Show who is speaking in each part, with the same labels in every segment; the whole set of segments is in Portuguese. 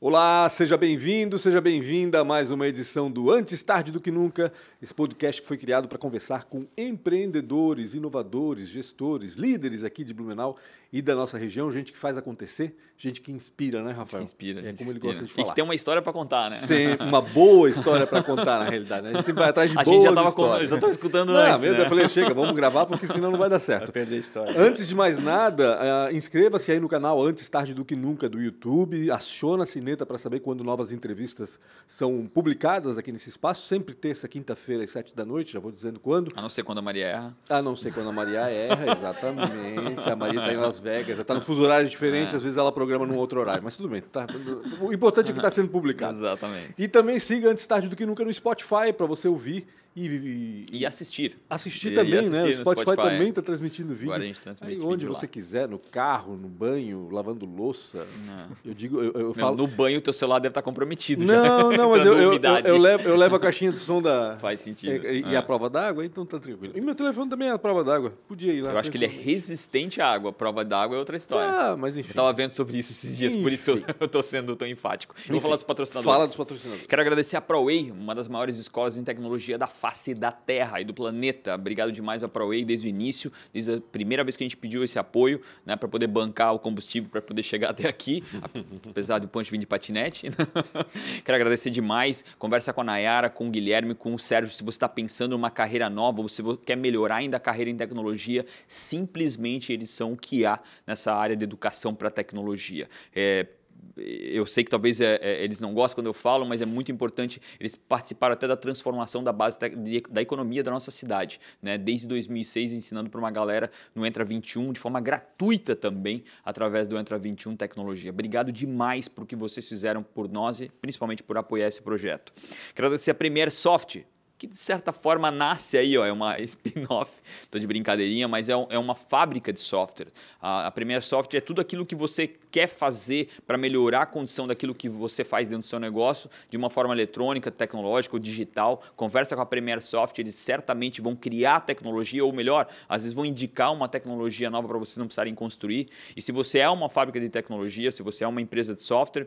Speaker 1: Olá, seja bem-vindo, seja bem-vinda a mais uma edição do Antes Tarde do Que Nunca, esse podcast que foi criado para conversar com empreendedores, inovadores, gestores, líderes aqui de Blumenau e da nossa região, gente que faz acontecer, gente que inspira, né, Rafael?
Speaker 2: Inspira,
Speaker 1: É
Speaker 2: gente,
Speaker 1: como ele
Speaker 2: inspira.
Speaker 1: gosta de
Speaker 2: E
Speaker 1: falar.
Speaker 2: que tem uma história pra contar, né?
Speaker 1: Sempre uma boa história para contar, na realidade. Né? A gente sempre vai atrás de
Speaker 2: A
Speaker 1: boas
Speaker 2: gente já tava,
Speaker 1: histórias.
Speaker 2: contando, já tava escutando
Speaker 1: Não,
Speaker 2: antes,
Speaker 1: meu Deus,
Speaker 2: né?
Speaker 1: eu falei, chega, vamos gravar porque senão não vai dar certo.
Speaker 3: perder a história.
Speaker 1: Antes de mais nada, ah, inscreva-se aí no canal Antes Tarde do Que Nunca do YouTube, aciona a sineta para saber quando novas entrevistas são publicadas aqui nesse espaço, sempre terça, quinta-feira, às sete da noite, já vou dizendo quando.
Speaker 2: A não ser quando a Maria erra.
Speaker 1: Ah, não sei quando a Maria erra, exatamente. A Maria está em Las Vegas, está no fuso horário diferente, às vezes ela programa num outro horário, mas tudo bem. tá- o importante é que está sendo publicado.
Speaker 2: Exatamente.
Speaker 1: E também siga Antes Tarde do Que Nunca no Spotify para você ouvir e- e,
Speaker 2: E assistir.
Speaker 1: Assistir
Speaker 2: E- e
Speaker 1: também, né? O
Speaker 2: assistir no
Speaker 1: Spotify,
Speaker 2: Spotify.
Speaker 1: também está transmitindo vídeo.
Speaker 2: Agora a gente transmite
Speaker 1: Aí, onde
Speaker 2: vídeo
Speaker 1: você
Speaker 2: lá.
Speaker 1: quiser, no carro, no banho, lavando louça. Eu digo, eu, eu
Speaker 2: Meu,
Speaker 1: falo.
Speaker 2: No banho, teu celular deve estar comprometido já.
Speaker 1: Não, não, mas
Speaker 2: Entrando
Speaker 1: eu, eu, eu,
Speaker 2: umidade.
Speaker 1: eu levo, eu levo a caixinha de som da.
Speaker 2: Faz sentido.
Speaker 1: E, e
Speaker 2: Ah.
Speaker 1: a prova d'água, então tá tranquilo. E meu telefone também é a prova d'água. Podia ir lá.
Speaker 2: Eu acho que ele é resistente à água. Prova d'água é outra história.
Speaker 1: Ah, mas enfim.
Speaker 2: Eu tava vendo sobre isso esses dias, por isso eu, eu tô sendo tão enfático. Eu vou falar dos patrocinadores.
Speaker 1: Fala dos patrocinadores.
Speaker 2: Quero agradecer a ProWay, uma das maiores escolas em tecnologia da face da Terra e do planeta. Obrigado demais a ProWay desde o início, desde a primeira vez que a gente pediu esse apoio, né, para poder bancar o combustível, para poder chegar até aqui, apesar do Punch vir de patinete. Quero agradecer demais. Conversa com a Nayara, com o Guilherme, com o Sérgio. Se você está pensando numa carreira nova, se você quer melhorar ainda a carreira em tecnologia, simplesmente eles são o que há nessa área de educação para tecnologia. É, eu sei que talvez é, é, eles não gostam quando eu falo, mas é muito importante. Eles participaram até da transformação da base tec- de- da economia da nossa cidade, né? desde 2006, ensinando para uma galera no Entra 21, de forma gratuita também, através do Entra 21 Tecnologia. Obrigado demais por o que vocês fizeram por nós e principalmente por apoiar esse projeto. Quero agradecer a Premier Soft, que de certa forma nasce aí, ó, é uma spin-off, tô de brincadeirinha, mas é, um- é uma fábrica de software. A, a Premier Software é tudo aquilo que você quer fazer para melhorar a condição daquilo que você faz dentro do seu negócio, de uma forma eletrônica, tecnológica ou digital. Conversa com a Premier Software, eles certamente vão criar a tecnologia, ou melhor, às vezes vão indicar uma tecnologia nova para vocês não precisarem construir. E se você é uma fábrica de tecnologia, se você é uma empresa de software,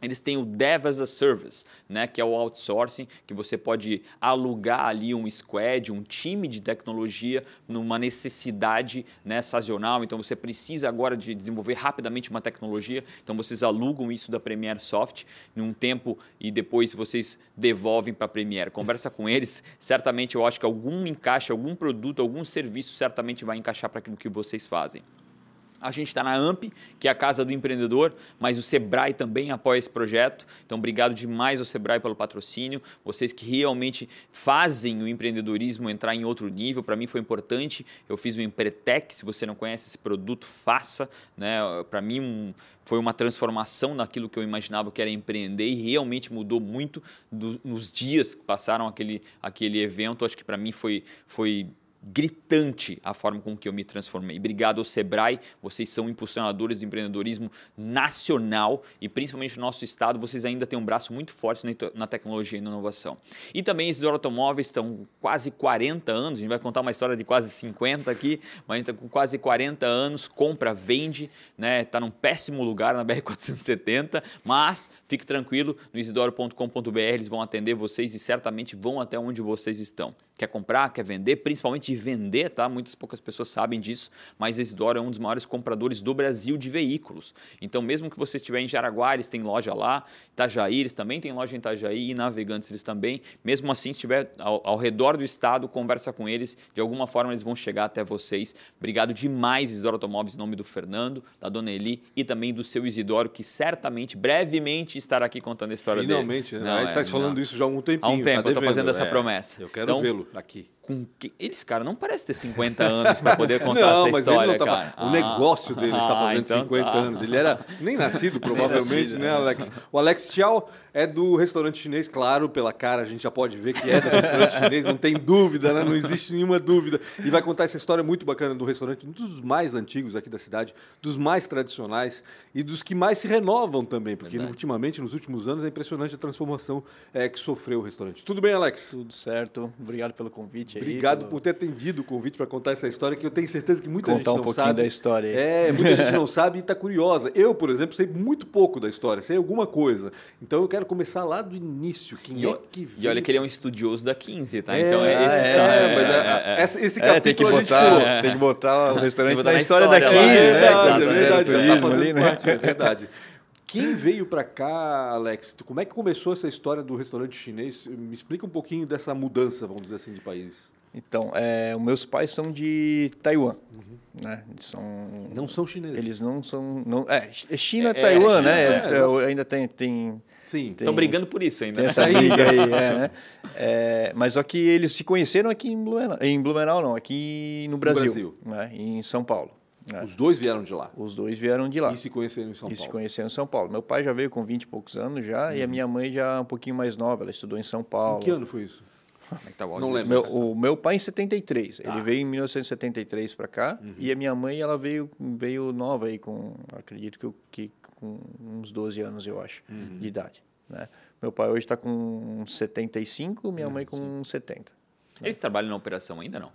Speaker 2: eles têm o Dev as a Service, né, que é o outsourcing, que você pode alugar ali um squad, um time de tecnologia numa necessidade né, sazonal. Então você precisa agora de desenvolver rapidamente uma tecnologia. Então vocês alugam isso da Premiere Soft num tempo e depois vocês devolvem para a Premiere. Conversa com eles. Certamente eu acho que algum encaixe, algum produto, algum serviço certamente vai encaixar para aquilo que vocês fazem. A gente está na AMP, que é a casa do empreendedor, mas o Sebrae também apoia esse projeto. Então, obrigado demais ao Sebrae pelo patrocínio. Vocês que realmente fazem o empreendedorismo entrar em outro nível. Para mim foi importante. Eu fiz o Empretec. Se você não conhece esse produto, faça. Né? Para mim um- foi uma transformação naquilo que eu imaginava que era empreender e realmente mudou muito do- nos dias que passaram aquele, aquele evento. Acho que para mim foi, foi gritante a forma com que eu me transformei. Obrigado ao Sebrae, vocês são impulsionadores do empreendedorismo nacional e principalmente no nosso estado, vocês ainda têm um braço muito forte na te- na tecnologia e na inovação. E também esses automóveis estão quase 40 anos, a gente vai contar uma história de quase 50 aqui, mas está com quase 40 anos, compra, vende, né? Tá num péssimo lugar na BR-470, mas fique tranquilo, no isidoro.com.br eles vão atender vocês e certamente vão até onde vocês estão. Quer comprar, quer vender, principalmente vender, tá? Muitas poucas pessoas sabem disso, mas Isidoro é um dos maiores compradores do Brasil de veículos. Então, mesmo que você estiver em Jaraguá, eles têm loja lá, Itajaí, eles também têm loja em Itajaí e Navegantes eles também. Mesmo assim, se estiver ao, ao redor do estado, conversa com eles, de alguma forma eles vão chegar até vocês. Obrigado demais, Isidoro Automóveis, em nome do Fernando, da Dona Eli e também do seu Isidoro, que certamente, brevemente, estará aqui contando a história
Speaker 1: Finalmente,
Speaker 2: dele.
Speaker 1: né? Aí está
Speaker 2: é,
Speaker 1: se falando
Speaker 2: não.
Speaker 1: isso já há um tempinho.
Speaker 2: Há um tempo,
Speaker 1: tá
Speaker 2: eu tô
Speaker 1: devendo,
Speaker 2: fazendo essa
Speaker 1: é.
Speaker 2: promessa.
Speaker 1: Eu quero
Speaker 2: Então,
Speaker 1: vê-lo aqui.
Speaker 2: com que... Eles, cara, não parece ter 50 anos para poder contar essa
Speaker 1: mas
Speaker 2: história,
Speaker 1: ele não
Speaker 2: cara.
Speaker 1: O negócio dele está
Speaker 2: Ah,
Speaker 1: fazendo
Speaker 2: então
Speaker 1: 50
Speaker 2: tá. é.
Speaker 1: anos. Ele é era nem nascido, provavelmente,
Speaker 3: nascido,
Speaker 1: né,
Speaker 3: né?
Speaker 1: Alex? O Alex Tchau é do restaurante chinês, claro, pela cara, a gente já pode ver que é do restaurante chinês, não tem dúvida, né? Não existe nenhuma dúvida. E vai contar essa história muito bacana do restaurante, um dos mais antigos aqui da cidade, dos mais tradicionais e dos que mais se renovam também, porque
Speaker 2: Verdade.
Speaker 1: ultimamente, nos últimos anos, é impressionante a transformação eh, que sofreu o restaurante. Tudo bem, Alex?
Speaker 3: Tudo certo. Obrigado pelo convite gente aí.
Speaker 1: Obrigado
Speaker 3: pelo-
Speaker 1: por ter atendido o convite para contar essa história, que eu tenho certeza que muita
Speaker 3: Contar
Speaker 1: gente não
Speaker 3: um pouquinho
Speaker 1: sabe.
Speaker 3: da história aí.
Speaker 1: É, muita gente não sabe e está curiosa. Eu, por exemplo, sei muito pouco da história, sei alguma coisa. Então eu quero começar lá do início. Quem
Speaker 2: E,
Speaker 1: é
Speaker 2: o-
Speaker 1: que
Speaker 2: e olha
Speaker 1: veio?
Speaker 2: que ele é um estudioso da 15, tá?
Speaker 1: É,
Speaker 2: então é
Speaker 1: ah,
Speaker 2: esse
Speaker 1: é,
Speaker 2: sabe?
Speaker 1: mas a-
Speaker 2: é, é.
Speaker 1: esse, esse capítulo
Speaker 3: É, tem que
Speaker 1: a gente
Speaker 3: botar,
Speaker 1: pulou.
Speaker 3: tem que botar o
Speaker 2: Tem que
Speaker 3: restaurante
Speaker 2: botar
Speaker 3: na
Speaker 2: na
Speaker 3: história
Speaker 2: história
Speaker 3: daqui,
Speaker 2: lá.
Speaker 1: É
Speaker 3: né?
Speaker 1: verdade, é verdade.
Speaker 2: Exato,
Speaker 3: Tá fazendo
Speaker 1: já tá
Speaker 3: turismo
Speaker 1: fazendo
Speaker 3: ali, né?
Speaker 1: parte, é verdade. Quem veio para cá, Alex? Tu- Como é que começou essa história do restaurante chinês? Me explica um pouquinho dessa mudança, vamos dizer assim, de país.
Speaker 3: Então, é, os meus pais são de Taiwan, né? Eles são
Speaker 1: Uhum. Não são chineses.
Speaker 3: Eles não são. Não, é, Ch- é China,
Speaker 2: É,
Speaker 3: Taiwan,
Speaker 2: é,
Speaker 3: né?
Speaker 2: é,
Speaker 3: É, é, ainda tem, tem,
Speaker 1: Sim. então,
Speaker 3: tem-
Speaker 2: Estão brigando por isso ainda.
Speaker 3: tem essa
Speaker 1: Ainda.
Speaker 3: briga aí, é, né? É, mas só que eles se conheceram aqui em Blumenau, em Blumenau não, aqui no Brasil,
Speaker 1: Brasil.
Speaker 3: Né? em São Paulo. né?
Speaker 1: Os dois vieram de lá.
Speaker 3: Os dois vieram de lá.
Speaker 1: E se conheceram em São
Speaker 3: Tá. e se
Speaker 1: Paulo. Uhum.
Speaker 3: conheceram em São Paulo. Meu pai já veio com 20 e poucos anos já, e a minha mãe já um pouquinho mais nova, ela estudou em São Paulo.
Speaker 1: Em que ano foi isso?
Speaker 2: Como é que tá o
Speaker 1: Não
Speaker 2: áudio?
Speaker 1: lembro.
Speaker 3: Meu- o meu pai em 73.
Speaker 1: Tá.
Speaker 3: Ele veio em 1973 para cá.
Speaker 1: Uhum.
Speaker 3: E a minha mãe, ela veio, veio nova aí com, acredito que, eu- que com uns 12 anos, eu acho,
Speaker 1: Uhum.
Speaker 3: de idade. Né? Meu pai hoje está com 75, minha mãe
Speaker 1: Uhum.
Speaker 3: com 70.
Speaker 2: Eles trabalham na operação ainda não?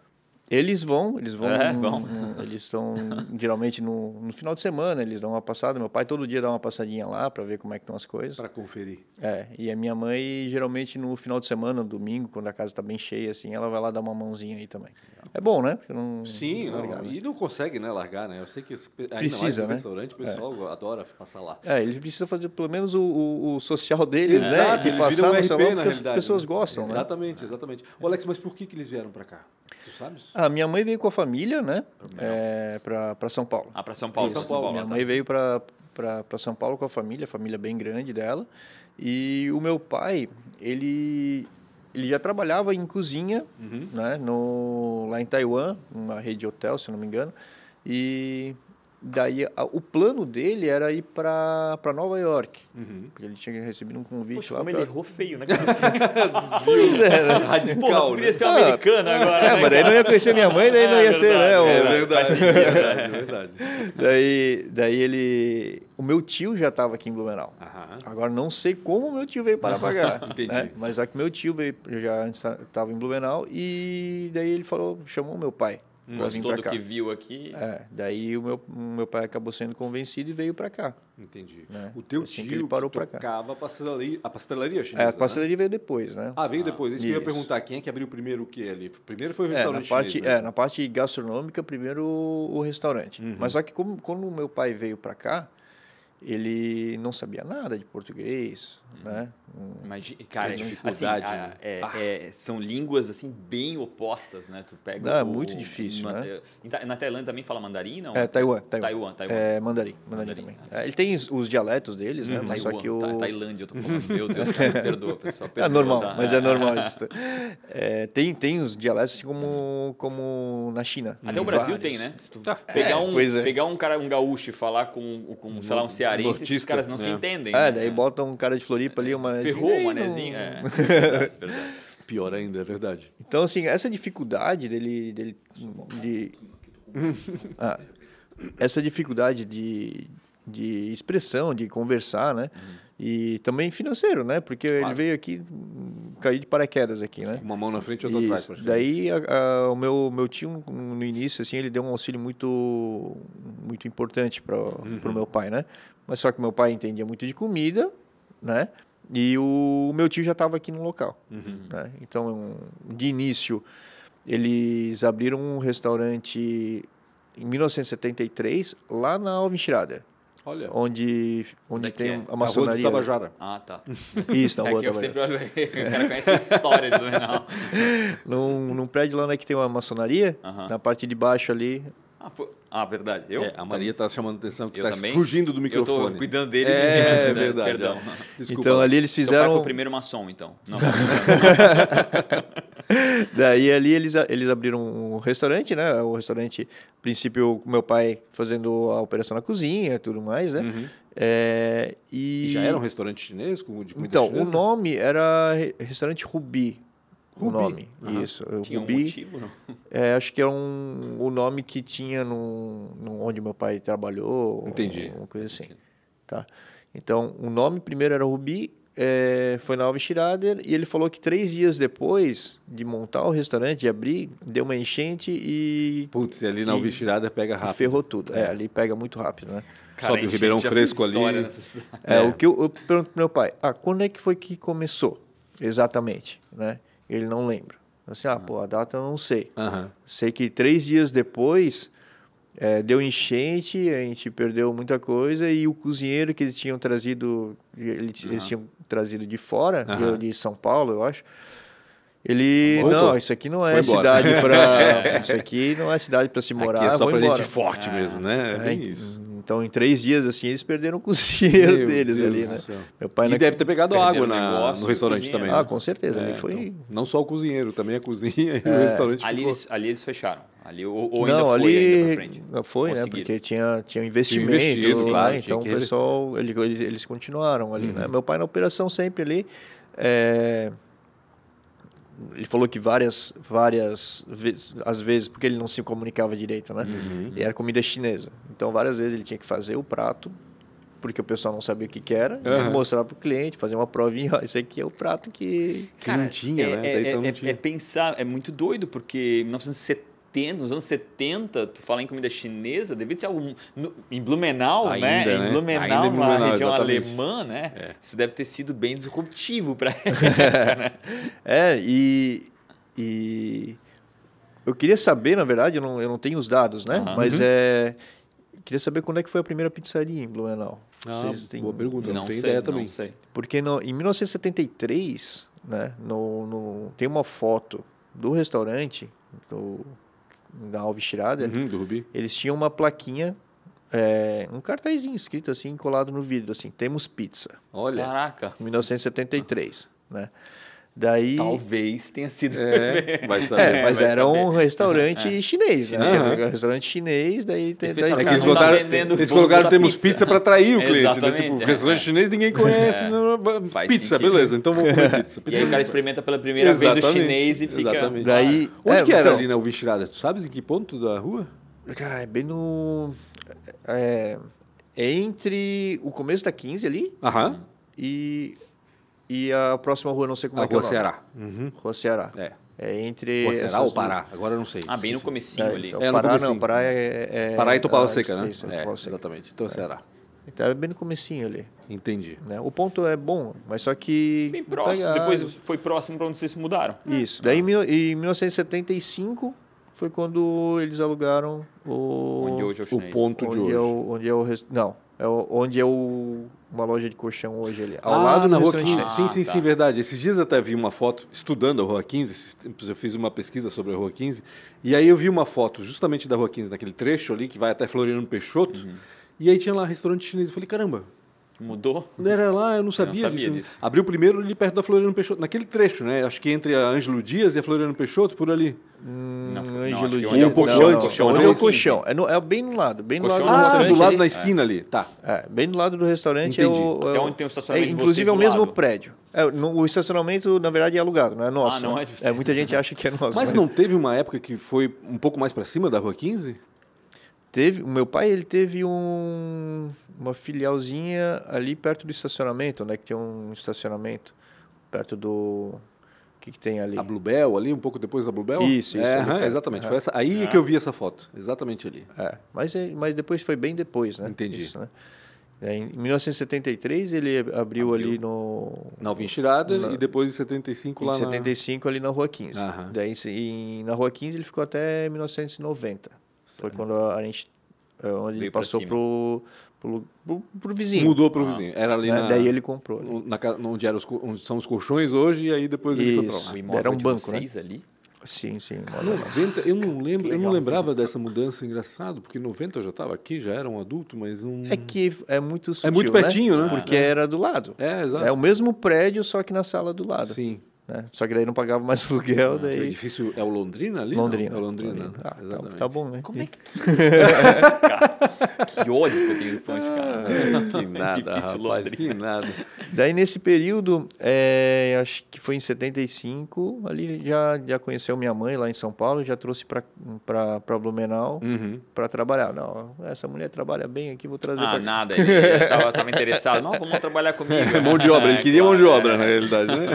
Speaker 3: Eles vão, eles vão.
Speaker 2: É, vão.
Speaker 3: Eles estão geralmente no, no final de semana, eles dão uma passada. Meu pai todo dia dá uma passadinha lá para ver como é que estão as coisas.
Speaker 1: Para conferir.
Speaker 3: É, e a minha mãe, geralmente no final de semana, no domingo, quando a casa tá bem cheia, assim, ela vai lá dar uma mãozinha aí também. É bom, né? Porque Não,
Speaker 1: Sim,
Speaker 3: não
Speaker 1: não,
Speaker 3: largar, né?
Speaker 1: e não consegue né, largar, né? Eu sei que esse, pe- ainda mais
Speaker 3: Precisa,
Speaker 1: no
Speaker 3: né?
Speaker 1: restaurante, o pessoal adora passar lá.
Speaker 3: É, eles precisam fazer pelo menos o, o, o social deles,
Speaker 1: Exato,
Speaker 3: né?
Speaker 1: ele
Speaker 3: E
Speaker 1: vira um
Speaker 3: passar no
Speaker 1: RP,
Speaker 3: salão,
Speaker 1: na
Speaker 3: porque as
Speaker 1: realidade,
Speaker 3: pessoas
Speaker 1: né?
Speaker 3: gostam, né?
Speaker 1: Exatamente, exatamente. Ô, Alex, mas por que, que eles vieram para cá? Tu sabes?
Speaker 3: A Ah, minha mãe veio com a família, né? É, pra, pra São Paulo.
Speaker 2: Ah, para São Paulo.
Speaker 1: São
Speaker 2: pra
Speaker 1: Paulo,
Speaker 3: Minha
Speaker 2: tá.
Speaker 3: mãe veio para para São Paulo com a família, a família bem grande dela. E o meu pai, ele ele já trabalhava em cozinha,
Speaker 2: Uhum.
Speaker 3: né, no lá em Taiwan, uma rede de hotel, se eu não me engano. E daí a- o plano dele era ir para para Nova York. Porque ele tinha recebido um convite
Speaker 2: Uhum. Poxa,
Speaker 3: lá
Speaker 2: como
Speaker 3: pra-
Speaker 2: ele errou feio, né? cara? Assim,
Speaker 3: Pois é, né?
Speaker 2: Porra,
Speaker 1: Radical,
Speaker 2: tu queria
Speaker 1: né?
Speaker 2: ser um americano agora,
Speaker 3: É,
Speaker 2: né,
Speaker 3: mas daí
Speaker 2: cara?
Speaker 3: não ia conhecer minha mãe, daí não
Speaker 2: É
Speaker 3: ia ter, né?
Speaker 2: verdade,
Speaker 3: o-
Speaker 2: é
Speaker 1: É verdade,
Speaker 2: Faz
Speaker 1: é verdade, é verdade.
Speaker 3: Daí, daí ele. O meu tio já estava aqui em
Speaker 2: Ah.
Speaker 3: Blumenau.
Speaker 1: Aham.
Speaker 3: Agora não sei como meu tio veio para pagar.
Speaker 1: Entendi.
Speaker 3: Mas é que meu tio veio, já estava em Blumenau e daí ele falou, chamou meu pai
Speaker 1: Um
Speaker 3: para vir
Speaker 2: Gostou
Speaker 3: para
Speaker 2: do
Speaker 3: cá.
Speaker 2: que viu aqui.
Speaker 3: É, daí o meu, o meu pai acabou sendo convencido e veio para cá.
Speaker 1: Entendi.
Speaker 3: Né?
Speaker 1: O teu
Speaker 3: Assim que
Speaker 1: tio
Speaker 3: ele parou
Speaker 1: que
Speaker 3: pra cá.
Speaker 1: tocava a pastelaria, a pastelaria chinesa.
Speaker 3: É, a
Speaker 1: né?
Speaker 3: pastelaria veio depois, né?
Speaker 1: Ah, veio depois. Isso que eu ia
Speaker 3: Isso.
Speaker 1: perguntar. Quem é que abriu primeiro o que ali? Primeiro foi o
Speaker 3: É, na
Speaker 1: restaurante
Speaker 3: parte,
Speaker 1: chinês, né?
Speaker 3: é, na parte gastronômica, primeiro o o restaurante.
Speaker 1: Uhum.
Speaker 3: Mas só que como, quando o meu pai veio para cá, ele não sabia nada de português,
Speaker 1: Uhum.
Speaker 3: né? Hum,
Speaker 2: Imagina,
Speaker 1: Que
Speaker 2: cara,
Speaker 1: Tá. dificuldade,
Speaker 2: assim, a-
Speaker 1: né?
Speaker 2: é-
Speaker 1: Ah.
Speaker 2: é- são línguas assim bem opostas, né? Tu pega
Speaker 3: Não, é
Speaker 2: o-
Speaker 3: muito difícil,
Speaker 2: na,
Speaker 3: né?
Speaker 2: em Ta- Na Tailândia também fala mandarim, não?
Speaker 3: É, Taiwan, Taiwan.
Speaker 2: Taiwan, Taiwan.
Speaker 3: É, mandarim, mandarim,
Speaker 2: Mandarim, tá. Uhum.
Speaker 3: também. É, ele tem os, os dialetos deles, né? Mas
Speaker 2: Taiwan,
Speaker 3: só que o...
Speaker 2: Ta- Tailândia, eu tô falando. Meu Deus, cara, me perdoa, pessoal.
Speaker 3: É
Speaker 2: perdoa,
Speaker 3: normal,
Speaker 2: tá?
Speaker 3: mas é normal isso. É, tem, tem os dialetos assim como, como na China.
Speaker 2: Até o
Speaker 3: Tem
Speaker 2: Brasil
Speaker 3: Hum, vários.
Speaker 2: tem, né? Se tu
Speaker 1: Ah,
Speaker 2: pegar, um,
Speaker 3: pois é. Hum,
Speaker 2: pegar um cara, um gaúcho e falar com, com sei lá, um cearense, esses
Speaker 1: nortista,
Speaker 2: caras não se
Speaker 1: né?
Speaker 2: entendem.
Speaker 3: É,
Speaker 2: né?
Speaker 3: daí bota um cara de Floripa ali, uma...
Speaker 2: Ferrou o manezinho. É, verdade, verdade.
Speaker 1: Pior ainda, é verdade.
Speaker 3: Então, assim, essa dificuldade dele. dele de, Ah, essa dificuldade de, de expressão, de conversar, né?
Speaker 2: Uhum.
Speaker 3: E também financeiro, né? Porque ele veio aqui, hum, caiu de paraquedas aqui, né?
Speaker 1: Uma mão na frente e outra atrás.
Speaker 3: Isso.
Speaker 1: praticamente.
Speaker 3: Daí a- a- o meu, meu tio no início assim ele deu um auxílio muito muito importante para o meu pai, né? Mas só que meu pai entendia muito de comida, né? E o, meu tio já estava aqui no local, né? Então de início eles abriram um restaurante em 1973 lá na Alvin Schrader,
Speaker 1: Olha,
Speaker 3: onde
Speaker 2: Onde é
Speaker 3: onde
Speaker 2: que
Speaker 3: tem
Speaker 2: é?
Speaker 3: a
Speaker 1: na rua do
Speaker 3: maçonaria.
Speaker 1: Tabajara.
Speaker 2: Ah, tá.
Speaker 3: Isso, na
Speaker 2: É
Speaker 3: rua
Speaker 2: que eu
Speaker 3: Tabajara.
Speaker 2: sempre olho, o cara conhece a história do Renal.
Speaker 3: Num, num prédio lá né, que tem uma maçonaria,
Speaker 2: Aham.
Speaker 3: na parte de baixo ali.
Speaker 2: Ah, foi- ah, verdade. Eu?
Speaker 1: É, a Maria está chamando atenção que
Speaker 2: Eu
Speaker 1: está
Speaker 2: também?
Speaker 1: tá fugindo do
Speaker 2: Eu
Speaker 1: microfone.
Speaker 2: tô cuidando dele.
Speaker 1: É, é verdade.
Speaker 2: Perdão.
Speaker 1: é.
Speaker 2: Meu
Speaker 1: Desculpa.
Speaker 3: então ali eles
Speaker 2: pai foi
Speaker 3: fizeram.
Speaker 2: o primeiro maçom, então. Não.
Speaker 3: Daí É, ali eles, a- eles abriram um restaurante, né? O restaurante, a princípio, meu pai fazendo a operação na cozinha e tudo mais, né?
Speaker 2: Uhum.
Speaker 3: É, e...
Speaker 1: E já era um restaurante chinês com de comida
Speaker 3: Então,
Speaker 1: chinesa?
Speaker 3: o nome era re- Restaurante Rubi. O
Speaker 1: Rubi.
Speaker 3: nome.
Speaker 1: Aham.
Speaker 3: Isso. o
Speaker 2: Tinha um
Speaker 3: Rubi.
Speaker 2: motivo, não?
Speaker 3: É, acho que é um, o nome que tinha no, no- onde meu pai trabalhou. um,
Speaker 1: Entendi.
Speaker 3: Uma coisa assim. Tá? Então, o nome primeiro era Rubi, é, foi na Alves Schrader e ele falou que três dias depois de montar o restaurante, de abrir, deu uma enchente e,
Speaker 1: Putz, e ali na
Speaker 3: E-
Speaker 1: Alvestirada pega
Speaker 3: e
Speaker 1: rápido.
Speaker 3: ferrou tudo. É, ali pega muito rápido, né?
Speaker 1: Sobe o
Speaker 2: enchente
Speaker 1: Ribeirão
Speaker 2: já
Speaker 1: Fresco
Speaker 2: fez
Speaker 1: ali.
Speaker 2: história nessa cidade.
Speaker 3: É, O que eu, eu pergunto pro meu pai, ah, quando é que foi que começou exatamente, né? Ele não lembra. Assim, ah, pô, a data eu não sei.
Speaker 1: Aham.
Speaker 3: Sei que três dias depois é, deu enchente, a gente perdeu muita coisa e o cozinheiro que eles tinham trazido, ele- eles tinham trazido de fora,
Speaker 1: Aham.
Speaker 3: de de São Paulo, eu acho. Ele
Speaker 1: Voltou.
Speaker 3: não, isso aqui não é
Speaker 1: Foi embora.
Speaker 3: cidade para isso aqui não é cidade para se morar.
Speaker 1: Aqui é só
Speaker 3: vou
Speaker 1: pra
Speaker 3: embora.
Speaker 1: gente forte mesmo, né? É bem isso.
Speaker 3: Então em três dias assim eles perderam o cozinheiro
Speaker 1: Meu
Speaker 3: deles
Speaker 1: Deus
Speaker 3: ali,
Speaker 1: do
Speaker 3: né?
Speaker 1: céu.
Speaker 3: Meu pai
Speaker 1: E
Speaker 3: na-
Speaker 1: É, deve ter pegado
Speaker 2: Perderam
Speaker 1: água
Speaker 2: o
Speaker 1: na-
Speaker 2: negócio
Speaker 1: no
Speaker 2: e
Speaker 1: restaurante
Speaker 2: cozinha.
Speaker 1: também.
Speaker 3: ah
Speaker 1: né?
Speaker 3: com certeza
Speaker 1: É,
Speaker 3: ali foi
Speaker 1: então, não só o cozinheiro, também a cozinha e o restaurante
Speaker 2: Ali
Speaker 1: ficou-
Speaker 2: eles, ali eles fecharam. Ali, ou, ou ainda
Speaker 3: não,
Speaker 2: foi
Speaker 3: ali
Speaker 2: ainda pra frente.
Speaker 3: não foi, né?
Speaker 2: Conseguiram.
Speaker 3: Porque tinha, tinha investimento,
Speaker 1: investido,
Speaker 3: lá,
Speaker 1: claro, tinha
Speaker 3: então o
Speaker 1: que re-
Speaker 3: pessoal, ele- eles, eles continuaram ali,
Speaker 2: Uhum.
Speaker 3: né? Meu pai na operação sempre ali, é, ele falou que várias, várias vezes, às vezes, porque ele não se comunicava direito, né?
Speaker 2: Uhum.
Speaker 3: E era comida chinesa, então várias vezes ele tinha que fazer o prato, porque o pessoal não sabia o que, que era,
Speaker 1: Aham.
Speaker 3: e mostrar para o cliente, fazer uma provinha, ó, esse aqui é o prato que...
Speaker 1: Que não tinha, né?
Speaker 2: é, é-
Speaker 1: Até então
Speaker 2: é-
Speaker 1: não
Speaker 2: é-
Speaker 1: tinha.
Speaker 2: é pensar, é muito doido, porque em 1970, nos anos 70, tu falar em comida chinesa, devia ser algum. no- em Blumenau, né?
Speaker 1: Ainda, né?
Speaker 2: Em Blumenau,
Speaker 1: Ainda em
Speaker 2: uma
Speaker 1: Blumenau,
Speaker 2: região
Speaker 1: exatamente. É.
Speaker 2: alemã, né? Isso deve ter sido bem disruptivo para época, né?
Speaker 3: É, e, e eu queria saber, na verdade, eu não, eu não tenho os dados, né?
Speaker 2: Aham.
Speaker 1: Uhum.
Speaker 3: Mas é. Queria saber quando é que foi a primeira pizzaria em Blumenau.
Speaker 1: Ah,
Speaker 3: Vocês têm-
Speaker 1: boa pergunta, não,
Speaker 2: Não
Speaker 1: tenho
Speaker 2: sei,
Speaker 1: ideia
Speaker 2: não
Speaker 1: também.
Speaker 2: sei.
Speaker 3: Porque no, em 1973, né, no, no, tem uma foto do restaurante, do, da Alves Schrader,
Speaker 1: Uhum, do Rubi.
Speaker 3: eles tinham uma plaquinha, é, um cartazinho escrito assim, colado no vidro, assim, temos pizza,
Speaker 1: Olha.
Speaker 2: Caraca.
Speaker 3: em 1973, né? Daí...
Speaker 1: Tá
Speaker 2: Talvez tenha sido.
Speaker 1: É, vai saber. é.
Speaker 3: É, mas
Speaker 2: vai
Speaker 3: era um
Speaker 2: saber.
Speaker 3: restaurante chinês, né?
Speaker 1: Aham.
Speaker 3: Era um restaurante chinês, daí tem.
Speaker 2: Eles
Speaker 3: daí
Speaker 2: pensaram
Speaker 1: É que
Speaker 2: Cara,
Speaker 1: eles,
Speaker 2: não tá
Speaker 1: botaram,
Speaker 2: vendendo
Speaker 1: eles
Speaker 2: bolo
Speaker 1: colocaram
Speaker 2: da
Speaker 1: temos
Speaker 2: pizza.
Speaker 1: pizza pra atrair o cliente, né?
Speaker 2: Exatamente,
Speaker 1: Tipo,
Speaker 2: é.
Speaker 1: restaurante chinês ninguém conhece. não-
Speaker 2: Faz
Speaker 1: pizza,
Speaker 2: sentido.
Speaker 1: beleza, então vamos comer pizza.
Speaker 2: E aí o cara experimenta pela primeira vez o
Speaker 1: Exatamente,
Speaker 2: chinês e fica.
Speaker 1: exatamente.
Speaker 3: daí
Speaker 1: Onde
Speaker 3: é,
Speaker 1: que era
Speaker 3: então,
Speaker 1: ali na Alvestirada? Tu sabes em que ponto da rua?
Speaker 3: Cara, é bem no. É, é entre o começo da 15 ali
Speaker 1: Aham.
Speaker 3: e. E a próxima rua, não sei como
Speaker 1: Na
Speaker 3: é que é.
Speaker 1: rua
Speaker 3: o nome.
Speaker 1: Ceará. Uhum.
Speaker 3: Rua Ceará.
Speaker 1: É.
Speaker 3: É entre.
Speaker 1: Rua Ceará
Speaker 3: essas
Speaker 1: ou
Speaker 3: duas-
Speaker 1: Pará? Agora eu não sei.
Speaker 2: Ah, bem no
Speaker 1: esqueci.
Speaker 2: comecinho
Speaker 3: É,
Speaker 2: ali.
Speaker 3: então,
Speaker 1: É, no
Speaker 3: Pará
Speaker 1: comecinho.
Speaker 3: não, Pará é. é-
Speaker 1: Pará e
Speaker 3: ah,
Speaker 1: Tupava Seca, né?
Speaker 3: Isso, é,
Speaker 1: É,
Speaker 3: Tupava Seca.
Speaker 1: exatamente. Então Ceará.
Speaker 3: Então é bem no comecinho ali.
Speaker 1: Entendi.
Speaker 3: né? O ponto é bom, mas só que.
Speaker 2: Bem próximo,
Speaker 3: pega-
Speaker 2: depois foi próximo para onde vocês se mudaram.
Speaker 3: Isso. Daí em mil- em 1975 foi quando eles alugaram o
Speaker 2: Onde hoje é o
Speaker 1: O
Speaker 2: chinês.
Speaker 1: ponto de
Speaker 3: onde
Speaker 1: hoje.
Speaker 3: é o, onde é o res- não, é o- onde é o uma loja de colchão hoje ali. Ao
Speaker 1: Ah,
Speaker 3: lado do
Speaker 1: na Rua
Speaker 3: restaurante
Speaker 1: 15.
Speaker 3: chinês.
Speaker 1: sim, sim,
Speaker 2: tá.
Speaker 1: sim, verdade. Esses dias até vi uma foto, estudando a Rua 15, esses tempos eu fiz uma pesquisa sobre a Rua 15, e aí eu vi uma foto justamente da Rua 15, naquele trecho ali que vai até Floriano Peixoto, e aí tinha lá restaurante chinês. Eu falei, caramba,
Speaker 2: Mudou?
Speaker 1: não era lá, eu não sabia,
Speaker 2: sabia
Speaker 1: disso.
Speaker 2: disso.
Speaker 1: Abriu primeiro ali perto da Floriano Peixoto, naquele trecho, né? Acho que entre a Ângelo Dias e a Floriano Peixoto, por ali.
Speaker 2: Não,
Speaker 3: Hum,
Speaker 2: não,
Speaker 3: Ângelo
Speaker 2: acho que
Speaker 3: Dias.
Speaker 2: onde é o
Speaker 3: Não,
Speaker 2: colchão,
Speaker 3: não,
Speaker 2: é o
Speaker 3: não,
Speaker 2: colchão,
Speaker 3: onde
Speaker 2: não
Speaker 3: é
Speaker 2: é
Speaker 3: o
Speaker 2: o
Speaker 3: colchão. É, no- é bem no lado, bem no lado
Speaker 2: Colchão é
Speaker 3: do
Speaker 2: um
Speaker 1: Ah,
Speaker 3: restaurante.
Speaker 1: do lado
Speaker 3: ali.
Speaker 1: na esquina ali. Tá.
Speaker 3: É, bem do lado do restaurante
Speaker 1: Entendi.
Speaker 3: é o, é
Speaker 2: Até
Speaker 3: o-
Speaker 2: onde tem o estacionamento
Speaker 3: é,
Speaker 2: de
Speaker 3: Inclusive
Speaker 2: vocês
Speaker 3: é o
Speaker 2: do
Speaker 3: mesmo
Speaker 2: lado.
Speaker 3: prédio. É, no- o estacionamento na verdade é alugado, não é nosso.
Speaker 2: não
Speaker 3: né?
Speaker 2: é de vocês.
Speaker 3: muita gente acha que é nosso.
Speaker 1: Mas não teve uma época que foi um pouco mais pra cima da Rua 15?
Speaker 3: Teve, o meu pai ele teve um, uma filialzinha ali perto do estacionamento, né? Que tem um estacionamento perto do. O que, que tem ali?
Speaker 1: A Bluebell ali, um pouco depois da Bluebell?
Speaker 3: Isso, isso,
Speaker 1: É,
Speaker 3: ali
Speaker 1: aham,
Speaker 3: perto.
Speaker 1: exatamente. Foi essa, aí é que eu vi essa foto. Exatamente ali.
Speaker 3: É, mas, é- mas depois foi bem depois, né?
Speaker 1: Entendi.
Speaker 3: né? É, Em 1973 ele abriu, ali no.
Speaker 1: Na Alvin Schrader
Speaker 3: Na-
Speaker 1: e depois em 75
Speaker 3: Em
Speaker 1: lá na...
Speaker 3: 75 ali na Rua 15.
Speaker 1: Aham.
Speaker 3: Daí em- em- na Rua 15 ele ficou até 1990. Foi quando a gente. é, Onde ele
Speaker 2: Veio pra
Speaker 3: passou
Speaker 2: cima.
Speaker 3: pro, pro, pro, pro vizinho.
Speaker 1: Mudou para o vizinho. Era ali
Speaker 3: né?
Speaker 1: na...
Speaker 3: Daí ele comprou. ali.
Speaker 1: na ca- onde, era os co- onde são os colchões hoje e aí depois ele foi pra
Speaker 3: Isso.
Speaker 1: lá.
Speaker 2: O imóvel
Speaker 3: Era um
Speaker 2: de
Speaker 3: banco,
Speaker 1: né?
Speaker 2: vocês ali?
Speaker 3: Sim, sim. olha lá.
Speaker 1: 90, eu não lembro, eu não
Speaker 2: legal.
Speaker 1: lembrava dessa mudança, engraçado, porque em 90 eu já estava aqui, já era um adulto, mas não...
Speaker 3: É que é muito sutil,
Speaker 1: muito pertinho, né?
Speaker 3: Porque
Speaker 1: É.
Speaker 3: era do lado.
Speaker 1: É, exato.
Speaker 3: É o mesmo prédio, só que na sala do lado.
Speaker 1: Sim.
Speaker 3: né? Só que daí não pagava mais aluguel,
Speaker 1: O
Speaker 3: daí...
Speaker 1: edifício é o Londrina ali?
Speaker 3: Londrina.
Speaker 1: Não, é o Londrina.
Speaker 3: Ah, tá-
Speaker 1: exatamente.
Speaker 3: tá bom, né?
Speaker 2: Como é que tu soube disso, cara? Que ódio que eu tenho do Ponte, cara.
Speaker 1: Ah,
Speaker 2: É
Speaker 1: Que nada,
Speaker 2: difícil,
Speaker 1: rapaz, que
Speaker 2: Londrina.
Speaker 1: nada.
Speaker 3: Daí nesse período, é, acho que foi em 75, ali já, já conheceu minha mãe lá em São Paulo, já trouxe para Blumenau
Speaker 1: Uhum.
Speaker 3: para trabalhar. Não, essa mulher trabalha bem aqui, vou trazer
Speaker 2: Ah,
Speaker 1: né?
Speaker 3: pra cá.
Speaker 2: nada, ele já tava, tava interessado. Não, vamos trabalhar comigo.
Speaker 1: Mão de obra, ele queria
Speaker 2: Claro,
Speaker 1: mão de obra,
Speaker 2: é.
Speaker 1: na realidade, né?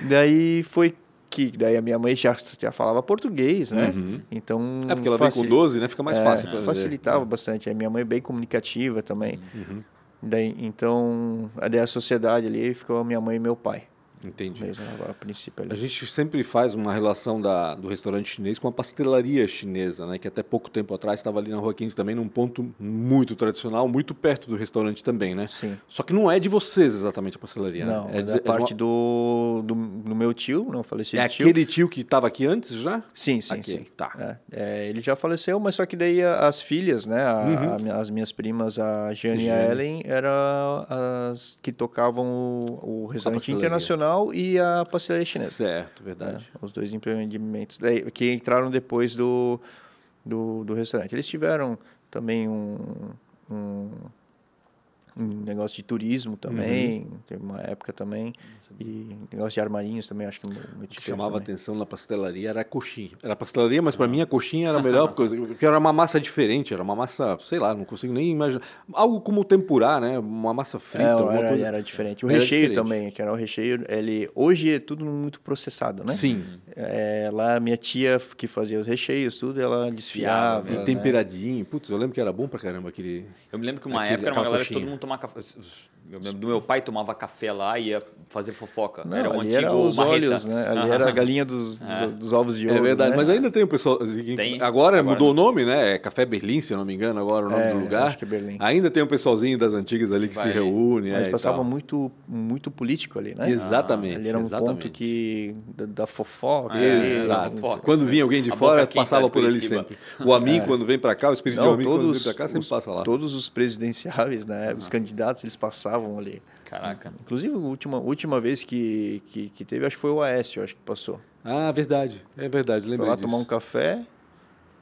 Speaker 3: Daí foi que daí a minha mãe já, já falava português, né? Então
Speaker 1: É porque ela vem com
Speaker 3: facil-
Speaker 1: 12, né? Fica mais
Speaker 3: é,
Speaker 1: fácil. pra
Speaker 3: facilitava bastante. A minha mãe é bem comunicativa também.
Speaker 1: Uhum.
Speaker 3: Daí, então, a- daí a sociedade ali ficou a minha mãe e meu pai.
Speaker 1: Fazer. Entendi.
Speaker 3: Mesmo agora, a princípio
Speaker 1: A
Speaker 3: ali.
Speaker 1: gente sempre faz uma relação da- do restaurante chinês com a pastelaria chinesa, né? Que até pouco tempo atrás estava ali na Rua 15 também, num ponto muito tradicional, muito perto do restaurante também, né?
Speaker 3: Sim.
Speaker 1: Só que não é de vocês exatamente a pastelaria,
Speaker 3: Não,
Speaker 1: né?
Speaker 3: é
Speaker 1: de-
Speaker 3: da
Speaker 1: de
Speaker 3: parte
Speaker 1: uma-
Speaker 3: do, do, do meu tio, não falecido
Speaker 1: É
Speaker 3: tio.
Speaker 1: aquele tio que estava aqui antes já?
Speaker 3: Sim, sim,
Speaker 1: Aquele,
Speaker 3: sim.
Speaker 1: tá.
Speaker 3: É, é, ele já faleceu, mas só que daí a- as filhas, né? a- a minha- as minhas primas, a Jane e a
Speaker 1: Uhum. Jane.
Speaker 3: Ellen, eram as que tocavam o, o restaurante
Speaker 1: pastelaria.
Speaker 3: internacional e a pastelaria chinesa.
Speaker 1: Certo,
Speaker 3: né,
Speaker 1: verdade.
Speaker 3: Os dois empreendimentos daí, que entraram depois do, do, do restaurante. Eles tiveram também um, um, um negócio de turismo também,
Speaker 1: Uhum.
Speaker 3: teve uma época também, e negócio de armarinhos também, acho que é meu, meu
Speaker 1: O
Speaker 3: tio
Speaker 1: que chamava
Speaker 3: também. Ah.
Speaker 1: atenção na pastelaria era a coxinha. Era a pastelaria, mas para mim a coxinha era a melhor coisa. Porque era uma massa diferente, era uma massa, sei lá, não consigo nem imaginar. Algo como tempurá, né? Uma massa frita,
Speaker 3: É,
Speaker 1: alguma
Speaker 3: era,
Speaker 1: coisa.
Speaker 3: era diferente. O
Speaker 1: Era
Speaker 3: recheio
Speaker 1: diferente.
Speaker 3: também, que era o recheio, ele hoje é tudo muito processado, né?
Speaker 1: Sim.
Speaker 3: É, lá minha tia que fazia os recheios, tudo, ela
Speaker 2: Desfiava,
Speaker 3: desfiava.
Speaker 1: E
Speaker 3: né?
Speaker 1: assim, temperadinho. Putz, eu lembro que era bom pra caramba aquele.
Speaker 2: Eu me lembro que uma
Speaker 1: Aquele-
Speaker 2: época era uma
Speaker 1: aquela
Speaker 2: galera que
Speaker 1: coxinha.
Speaker 2: todo mundo tomava café. Eu lembro do meu pai tomava café lá e ia fazer fofoca.
Speaker 3: Não,
Speaker 2: era um
Speaker 3: ali
Speaker 2: antigo
Speaker 3: era os
Speaker 2: marreta.
Speaker 3: olhos, né? Ali
Speaker 2: Aham.
Speaker 3: era a galinha dos, dos, dos ovos de ouro.
Speaker 1: É verdade,
Speaker 3: né?
Speaker 1: mas ainda tem o pessoal. Agora,
Speaker 2: Tem.
Speaker 1: agora
Speaker 2: Agora
Speaker 1: mudou o nome, né? É Café Berlim, se eu não me engano, agora o nome
Speaker 3: É,
Speaker 1: do lugar.
Speaker 3: acho que é Berlim.
Speaker 1: Ainda tem o pessoalzinho das antigas ali que
Speaker 2: Vai
Speaker 1: se
Speaker 2: ali.
Speaker 1: reúne.
Speaker 3: Mas
Speaker 1: é, e
Speaker 3: passava
Speaker 1: tal.
Speaker 3: muito, muito político ali, né?
Speaker 1: Exatamente.
Speaker 3: Ali era um
Speaker 1: exatamente.
Speaker 3: ponto que da, da fofoca. né?
Speaker 2: É,
Speaker 3: ali,
Speaker 2: era
Speaker 1: Exato.
Speaker 2: um foco.
Speaker 1: Quando vinha alguém de
Speaker 2: A
Speaker 1: fora,
Speaker 2: Boca Quinta
Speaker 3: né,
Speaker 1: passava
Speaker 2: de
Speaker 1: por ali
Speaker 2: Curitiba.
Speaker 1: sempre. O Amin, quando vem pra cá, o espírito de
Speaker 3: É. Não,
Speaker 1: Amin, quando vem
Speaker 3: todos,
Speaker 1: pra cá, sempre
Speaker 3: os,
Speaker 1: passa lá.
Speaker 3: todos os presidenciáveis, né? Os candidatos, eles passavam ali.
Speaker 2: Caraca.
Speaker 3: Inclusive, a última, última vez que, que, que teve, acho que foi o Aécio, acho que passou.
Speaker 1: Ah, verdade. É verdade,
Speaker 3: Foi
Speaker 1: lembrei
Speaker 3: lá
Speaker 1: disso.
Speaker 3: tomar um café,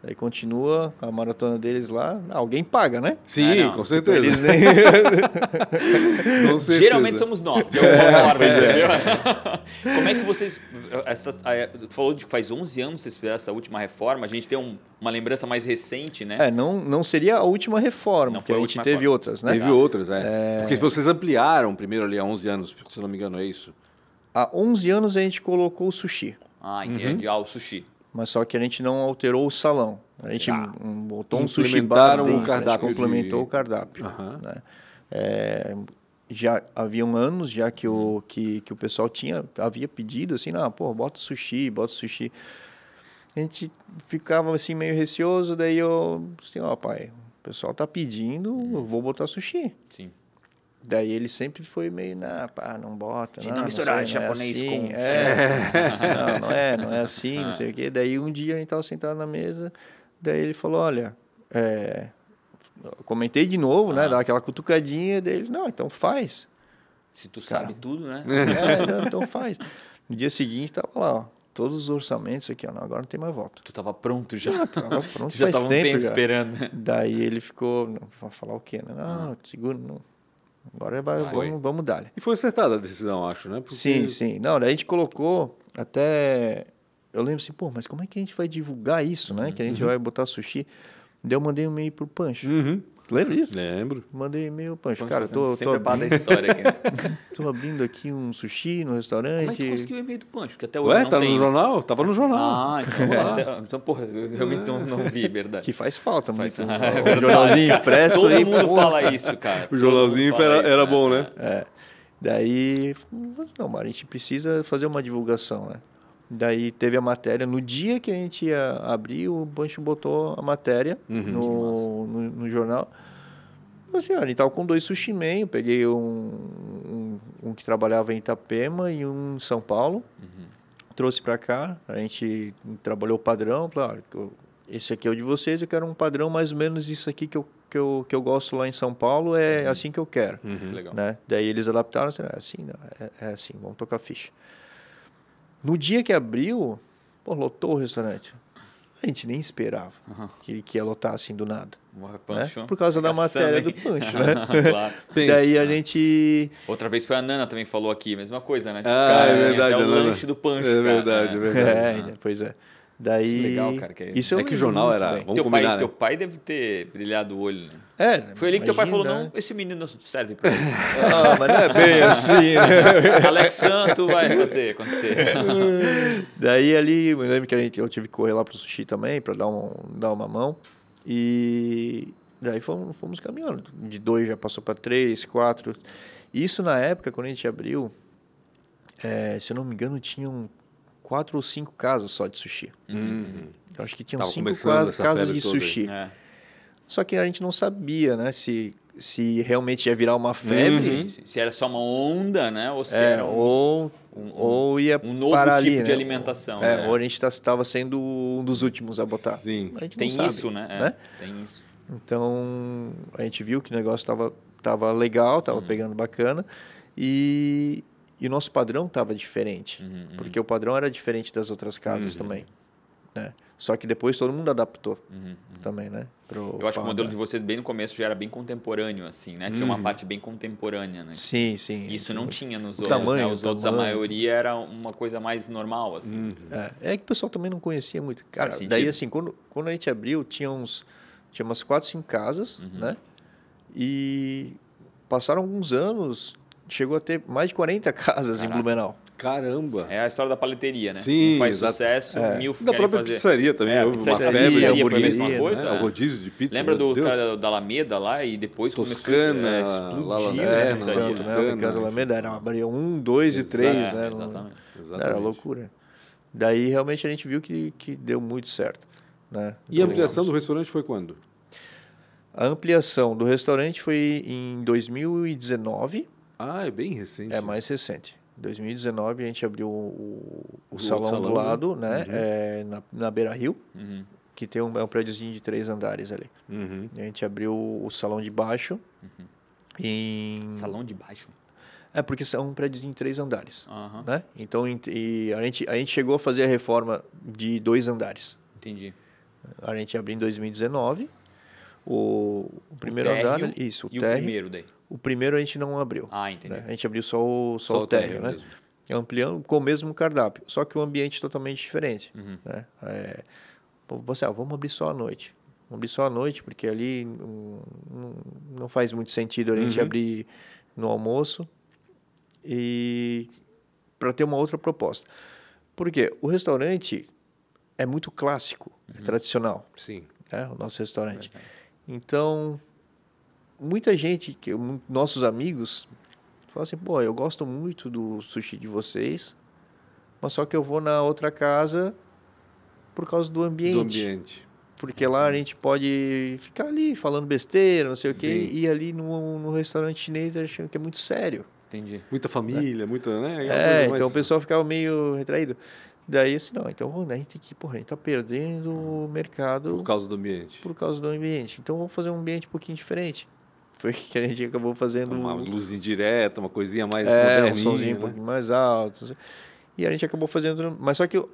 Speaker 3: aí continua a maratona deles lá. Ah, alguém paga, né?
Speaker 1: Sim,
Speaker 2: Ah, não.
Speaker 1: com certeza.
Speaker 3: Eles nem...
Speaker 1: Com certeza.
Speaker 2: Geralmente somos nós, de
Speaker 3: É,
Speaker 2: alguma forma, entendeu? Como é que vocês. Essa, a- tu falou de que faz 11 anos que vocês fizeram essa última reforma, a gente tem um- uma lembrança mais recente, né?
Speaker 3: É, não, não seria a última reforma,
Speaker 2: Não
Speaker 3: porque
Speaker 2: foi
Speaker 3: a
Speaker 2: a
Speaker 3: gente
Speaker 2: última
Speaker 3: teve
Speaker 2: reforma.
Speaker 3: outras, né?
Speaker 1: Teve outras, é. Porque vocês ampliaram primeiro ali há 11 anos, se eu não me engano, é isso?
Speaker 3: Há 11 anos a gente colocou o sushi,
Speaker 2: Ah,
Speaker 3: Uhum.
Speaker 2: entendi. Ah, o sushi.
Speaker 3: mas só que a gente não alterou o salão. A gente hum, botou um sushi bar
Speaker 1: Tá. Implementaram o
Speaker 3: dentro,
Speaker 1: cardápio
Speaker 3: a gente complementou
Speaker 1: de-
Speaker 3: o cardápio.
Speaker 1: Aham.
Speaker 3: né? É, já haviam anos já que o, que, que o pessoal tinha havia pedido assim, não, pô, bota sushi, bota sushi. A gente ficava assim meio receoso, daí eu, assim, ó, pai, o pessoal tá pedindo, eu vou botar sushi.
Speaker 2: Sim.
Speaker 3: Daí ele sempre foi meio, nah, pá, não bota.
Speaker 2: De
Speaker 3: não,
Speaker 2: não
Speaker 3: não
Speaker 2: misturar
Speaker 3: sei, não é
Speaker 2: japonês
Speaker 3: assim,
Speaker 2: com Ah.
Speaker 3: É, não, não é, não é assim, não sei o quê. Daí um dia a gente tava sentado na mesa, daí ele falou, olha, é, eu comentei de novo,
Speaker 2: Ah.
Speaker 3: né, dá aquela cutucadinha, daí ele, não, então faz.
Speaker 2: Se tu
Speaker 3: Cara.
Speaker 2: sabe tudo, né?
Speaker 3: é, não, então faz. No dia seguinte tava lá, ó, todos os orçamentos aqui, ó, não, agora não tem mais volta.
Speaker 2: Tu tava pronto já.
Speaker 3: Ah, Tava pronto
Speaker 2: tu já
Speaker 3: faz
Speaker 2: tava um
Speaker 3: tempo,
Speaker 2: tempo,
Speaker 3: já.
Speaker 2: esperando. né?
Speaker 3: Daí ele ficou, não, vai falar o quê, né? Não, segura, não. Agora vai,
Speaker 2: Ah. Foi.
Speaker 3: vamos, vamos dar.
Speaker 1: E foi acertada a decisão, acho, né? Porque-
Speaker 3: Sim, sim. Não, daí a gente colocou até. Eu lembro assim, pô, mas como é que a gente vai divulgar isso, né? Que a
Speaker 2: Uhum.
Speaker 3: gente vai botar sushi. Daí eu mandei um e-mail pro Pancho.
Speaker 1: Uhum.
Speaker 3: Lembra disso?
Speaker 1: Lembro.
Speaker 3: Mandei e-mail pro Pancho.
Speaker 2: Vamos
Speaker 3: Cara,
Speaker 2: fazendo
Speaker 3: tô, tô,
Speaker 2: sempre a parte da
Speaker 3: abrindo,
Speaker 2: história aqui. né?
Speaker 3: tô abrindo aqui um sushi
Speaker 2: Como é
Speaker 3: no
Speaker 2: que tu
Speaker 3: restaurante.
Speaker 2: conseguiu o e-mail do Pancho? Que até hoje eu
Speaker 1: Ué,
Speaker 2: não
Speaker 1: tá
Speaker 2: tenho.
Speaker 1: no jornal? Tava no jornal.
Speaker 2: Ah, então, até- então porra, eu realmente não, não vi, verdade.
Speaker 3: Que faz falta
Speaker 2: Faz-
Speaker 3: muito.
Speaker 2: É
Speaker 3: Um jornalzinho impresso.
Speaker 2: Todo
Speaker 3: aí,
Speaker 2: mundo
Speaker 3: pô.
Speaker 2: fala isso, cara.
Speaker 1: o
Speaker 2: Todo
Speaker 1: jornalzinho
Speaker 2: mundo fala
Speaker 1: era,
Speaker 2: isso,
Speaker 1: era bom, né?
Speaker 3: É. Daí, não, Mário, a gente precisa fazer uma divulgação, né? Daí teve a matéria. No dia que a gente ia abrir, o Pancho botou a matéria no, no, no jornal. Eu, Assim, ó, a gente tava com dois sushi man. Eu peguei um, um, um que trabalhava em Itapema e um em São Paulo. Trouxe para cá. A gente trabalhou o padrão. Falei, ó, eu- esse aqui é o de vocês. Eu quero um padrão mais ou menos isso aqui que eu, que eu, que eu gosto lá em São Paulo. É assim que eu quero
Speaker 2: Uhum. Que legal.
Speaker 3: né? Daí eles adaptaram, assim, é assim, não, é, é assim, vamos tocar ficha. No dia que abriu, pô, lotou o restaurante. a gente nem esperava que, que ia lotar assim do nada.
Speaker 2: Porra,
Speaker 3: né?
Speaker 2: Pancho.
Speaker 3: Por causa da
Speaker 2: Arregaçando,
Speaker 3: matéria do
Speaker 2: hein?
Speaker 3: Pancho, né?
Speaker 2: Claro.
Speaker 3: Daí a gente.
Speaker 2: Outra vez foi a Nana também falou aqui, mesma coisa, né? Tipo,
Speaker 1: Ah,
Speaker 2: cara,
Speaker 1: é
Speaker 2: tem
Speaker 1: verdade,
Speaker 2: Até
Speaker 1: a
Speaker 2: o
Speaker 1: Nana.
Speaker 2: lanche do Pancho,
Speaker 1: É
Speaker 2: cara,
Speaker 1: verdade,
Speaker 2: né?
Speaker 1: é verdade.
Speaker 3: É, né? pois é. Daí.
Speaker 2: Que legal, cara, que é-
Speaker 3: Isso eu
Speaker 1: É que o
Speaker 3: lembro
Speaker 1: jornal
Speaker 3: muito
Speaker 1: era-
Speaker 3: bem.
Speaker 1: vamos
Speaker 2: teu, pai,
Speaker 1: combinar, né?
Speaker 2: teu pai deve ter brilhado o olho, né?
Speaker 3: É,
Speaker 2: Foi ali que teu pai falou,
Speaker 3: imagina,
Speaker 2: não,
Speaker 3: né?
Speaker 2: esse menino não serve pra isso.
Speaker 3: Ah, mas não é bem assim, né?
Speaker 2: Alex Santo vai fazer acontecer.
Speaker 3: Daí ali, eu lembro que a gente, eu tive que correr lá pro sushi também, para dar, um, dar uma mão. E daí fomos, fomos caminhando. De dois já passou para três, quatro. Isso na época, quando a gente abriu, eh, se eu não me engano, tinham quatro ou cinco casas só de sushi. Eu acho que tinham
Speaker 1: Uhum. Tava
Speaker 3: cinco
Speaker 1: começando
Speaker 3: casas,
Speaker 1: essa
Speaker 3: casas
Speaker 1: febre
Speaker 3: de
Speaker 1: toda aí.
Speaker 3: sushi.
Speaker 2: É.
Speaker 3: Só que a gente não sabia, né, se, se realmente ia virar uma febre.
Speaker 1: Uhum.
Speaker 2: Sim, sim. Uhum. Se era só uma onda, né? Ou se
Speaker 3: É,
Speaker 2: era um...
Speaker 3: ou, ou ia
Speaker 2: um novo
Speaker 3: parar
Speaker 2: tipo
Speaker 3: ali,
Speaker 2: de
Speaker 3: né?
Speaker 2: alimentação,
Speaker 3: É,
Speaker 2: né?
Speaker 3: Ou a gente estava sendo um dos últimos a botar.
Speaker 1: Sim.
Speaker 3: A gente
Speaker 2: Tem
Speaker 3: não sabe,
Speaker 2: isso, né? É, Tem isso.
Speaker 3: Então, a gente viu que o negócio estava tava legal, estava
Speaker 2: Uhum.
Speaker 3: pegando bacana. E, e o nosso padrão estava diferente.
Speaker 2: Uhum,
Speaker 3: Porque o padrão era diferente das outras casas também. né? Só que depois todo mundo adaptou também, né? Pro
Speaker 2: Uhum, Eu acho que o modelo de
Speaker 3: paladar.
Speaker 2: vocês bem no começo já era bem contemporâneo, assim, né? Tinha uma parte bem contemporânea, né?
Speaker 3: Sim, sim.
Speaker 2: Isso não tinha nos
Speaker 3: O
Speaker 2: outros, né?
Speaker 3: tamanho,
Speaker 2: Os
Speaker 3: o
Speaker 2: outros, a
Speaker 3: tamanho.
Speaker 2: maioria era uma coisa mais normal, assim.
Speaker 3: É, é que o pessoal também não conhecia muito. Cara,
Speaker 2: Faz sentido.
Speaker 3: daí assim, quando, quando a gente abriu, tinha uns tinha umas quatro, cinco casas,
Speaker 2: Uhum.
Speaker 3: né? E passaram alguns anos, chegou a ter mais de 40 casas em Blumenau.
Speaker 1: Caramba.
Speaker 2: É a história da paleteria, né?
Speaker 1: Sim,
Speaker 2: um faz
Speaker 1: exato.
Speaker 2: sucesso,
Speaker 3: É.
Speaker 2: mil
Speaker 1: Da
Speaker 2: querem
Speaker 1: própria
Speaker 2: fazer.
Speaker 1: pizzaria também.
Speaker 2: É, a
Speaker 1: houve uma
Speaker 2: pizzaria,
Speaker 1: febre.
Speaker 3: a
Speaker 1: por
Speaker 3: hamburgueria,
Speaker 1: isso,
Speaker 3: foi a mesma
Speaker 2: coisa,
Speaker 1: né?
Speaker 2: é.
Speaker 1: O rodízio de pizza.
Speaker 2: Lembra
Speaker 1: meu
Speaker 2: do
Speaker 1: Deus.
Speaker 2: cara da Alameda lá e depois
Speaker 1: Toscana,
Speaker 2: começou a
Speaker 1: lá, lá,
Speaker 2: explodir
Speaker 1: lá,
Speaker 2: né,
Speaker 1: é,
Speaker 2: a
Speaker 1: no
Speaker 3: no
Speaker 2: pizzaria,
Speaker 3: canto,
Speaker 2: né?
Speaker 3: né? O
Speaker 1: Bacana.
Speaker 3: Ricardo Lameda era abria um, dois e três,
Speaker 2: Exato,
Speaker 3: né? Não-
Speaker 2: exatamente.
Speaker 3: Era
Speaker 1: Exatamente.
Speaker 3: loucura. Daí realmente a gente viu que, que deu muito certo. Né?
Speaker 1: E a ampliação do restaurante foi quando?
Speaker 3: A ampliação do restaurante foi em 2019.
Speaker 1: Ah, é bem recente.
Speaker 3: É mais recente. Em 2019 a gente abriu o, o
Speaker 1: O
Speaker 3: salão,
Speaker 1: salão,
Speaker 3: do
Speaker 1: né?
Speaker 3: lado, né? É, na, na Beira Rio, que tem um, é um prédiozinho de três andares ali.
Speaker 1: Uhum.
Speaker 3: E A gente abriu o salão de baixo. Em...
Speaker 2: Salão de baixo.
Speaker 3: É porque é um prédiozinho de três andares.
Speaker 2: Aham,
Speaker 3: Né? Então em- e a, gente, a gente chegou a fazer a reforma de dois andares.
Speaker 2: entendi.
Speaker 3: A gente abriu em 2019. O, o primeiro
Speaker 2: térreo
Speaker 3: andar, isso, o
Speaker 2: e o
Speaker 3: térreo.
Speaker 2: primeiro daí.
Speaker 3: O primeiro a gente não abriu.
Speaker 2: Ah, entendi.
Speaker 3: né? A gente abriu só o, só o térreo, né?
Speaker 1: mesmo.
Speaker 3: Ampliando com o mesmo cardápio, só que o ambiente é totalmente diferente. Né? É, pô, você, ah, vamos abrir só à noite. Vamos abrir só à noite, porque ali hum, não- não faz muito sentido a gente abrir no almoço e para ter uma outra proposta. Por quê? O restaurante é muito clássico, é tradicional
Speaker 1: Sim.
Speaker 3: né, o nosso restaurante. Então, muita gente, que eu- nossos amigos, falam assim, pô, eu gosto muito do sushi de vocês, mas só que eu vou na outra casa por causa do ambiente.
Speaker 1: Do ambiente.
Speaker 3: Porque lá a gente pode ficar ali falando besteira, não sei o quê,
Speaker 1: Sim.
Speaker 3: e ali no, no restaurante chinês achando que é muito sério.
Speaker 2: Entendi.
Speaker 1: Muita família, muita, né?
Speaker 3: É,
Speaker 1: Uma coisa mais-
Speaker 3: então o pessoal ficava meio retraído. Daí assim, não, então a gente tem que, porra, a gente tá perdendo o mercado
Speaker 1: Por causa do ambiente.
Speaker 3: por causa do ambiente. Então vamos fazer um ambiente um pouquinho diferente. Foi que a gente acabou fazendo
Speaker 1: Uma
Speaker 3: um-
Speaker 1: luz indireta, uma coisinha mais
Speaker 3: é, um
Speaker 1: moderninha,
Speaker 3: somzinho um
Speaker 1: né?
Speaker 3: pouquinho mais alto. não sei. E a gente acabou fazendo. Mas só que o,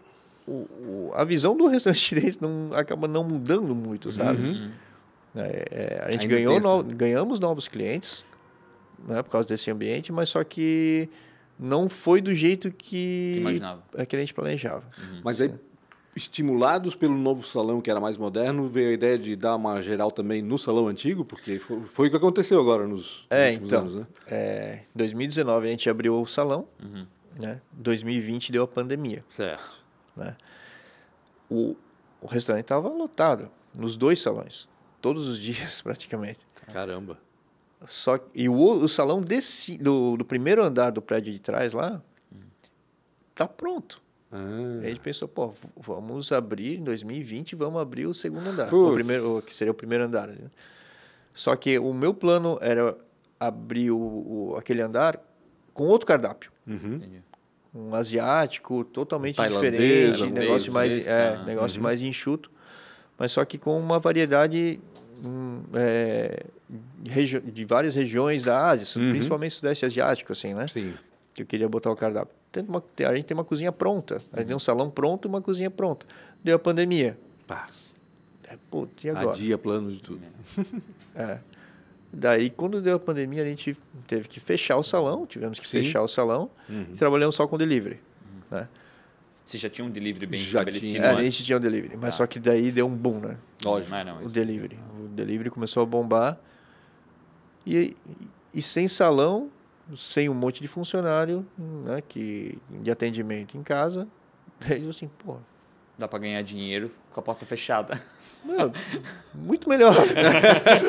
Speaker 3: o- a visão do restaurante chinês não, acaba não mudando muito, sabe? É, é, a gente
Speaker 1: Uhum. Ainda
Speaker 3: ganhou
Speaker 1: tem essa-
Speaker 3: no- ganhamos novos clientes né, por causa desse ambiente, mas só que não foi do jeito que,
Speaker 2: Imaginava.
Speaker 3: é, que a gente planejava.
Speaker 1: Mas aí, estimulados pelo novo salão, que era mais moderno, veio a ideia de dar uma geral também no salão antigo, porque fo- foi o que aconteceu agora nos nos
Speaker 3: É,
Speaker 1: últimos
Speaker 3: então.
Speaker 1: anos, né?
Speaker 3: É, 2019 a gente abriu o salão,
Speaker 1: Uhum.
Speaker 3: né? 2020 deu a pandemia.
Speaker 1: Certo.
Speaker 3: né? o, o restaurante estava lotado nos dois salões, todos os dias praticamente.
Speaker 1: Caramba.
Speaker 3: Só que- e o, o salão desse, do, do primeiro andar do prédio de trás lá tá pronto.
Speaker 1: Ah,
Speaker 3: Aí a gente pensou, pô, v- vamos abrir em 2020, vamos abrir o segundo andar,
Speaker 1: Putz.
Speaker 3: o primeiro, o que seria o primeiro andar. né? Só que o meu plano era abrir o, o- aquele andar com outro cardápio,
Speaker 1: Hum?
Speaker 2: entendi.
Speaker 3: um asiático totalmente
Speaker 1: Um Tailandês,
Speaker 3: diferente,
Speaker 1: holandês,
Speaker 3: negócio mais
Speaker 2: chinês,
Speaker 3: é,
Speaker 2: tá.
Speaker 3: negócio
Speaker 1: Uhum.
Speaker 3: mais enxuto, mas só que com uma variedade hum, é, de regi- de várias regiões da Ásia, su- principalmente sudeste asiático, assim, né?
Speaker 1: Uhum. sim.
Speaker 3: Que eu queria botar o cardápio.
Speaker 1: Uhum.
Speaker 3: Tem uma, tem- a gente tem uma cozinha pronta, a gente tem um salão pronto, e uma cozinha pronta. Deu a pandemia,
Speaker 1: Pá,
Speaker 3: É, Pô, e agora?
Speaker 1: adia plano de tudo.
Speaker 3: É. Daí, quando deu a pandemia, a gente teve que fechar o salão, tivemos que
Speaker 1: Sim. Uhum.
Speaker 3: fechar o salão e trabalhamos só com delivery. Né?
Speaker 2: Você já tinha um delivery bem
Speaker 1: Já
Speaker 2: estabelecido
Speaker 1: tinha.
Speaker 3: É, a
Speaker 2: antes?
Speaker 3: gente tinha o delivery, mas só que daí deu um boom, né?
Speaker 1: Lógico.
Speaker 2: Ah, não,
Speaker 3: O
Speaker 2: isso-
Speaker 3: delivery. O delivery começou a bombar. E, e sem salão, sem um monte de funcionário né, que, de atendimento em casa, daí eu assim, pô,
Speaker 2: Dá pra ganhar dinheiro com a porta fechada.
Speaker 3: meu, muito melhor.
Speaker 1: É,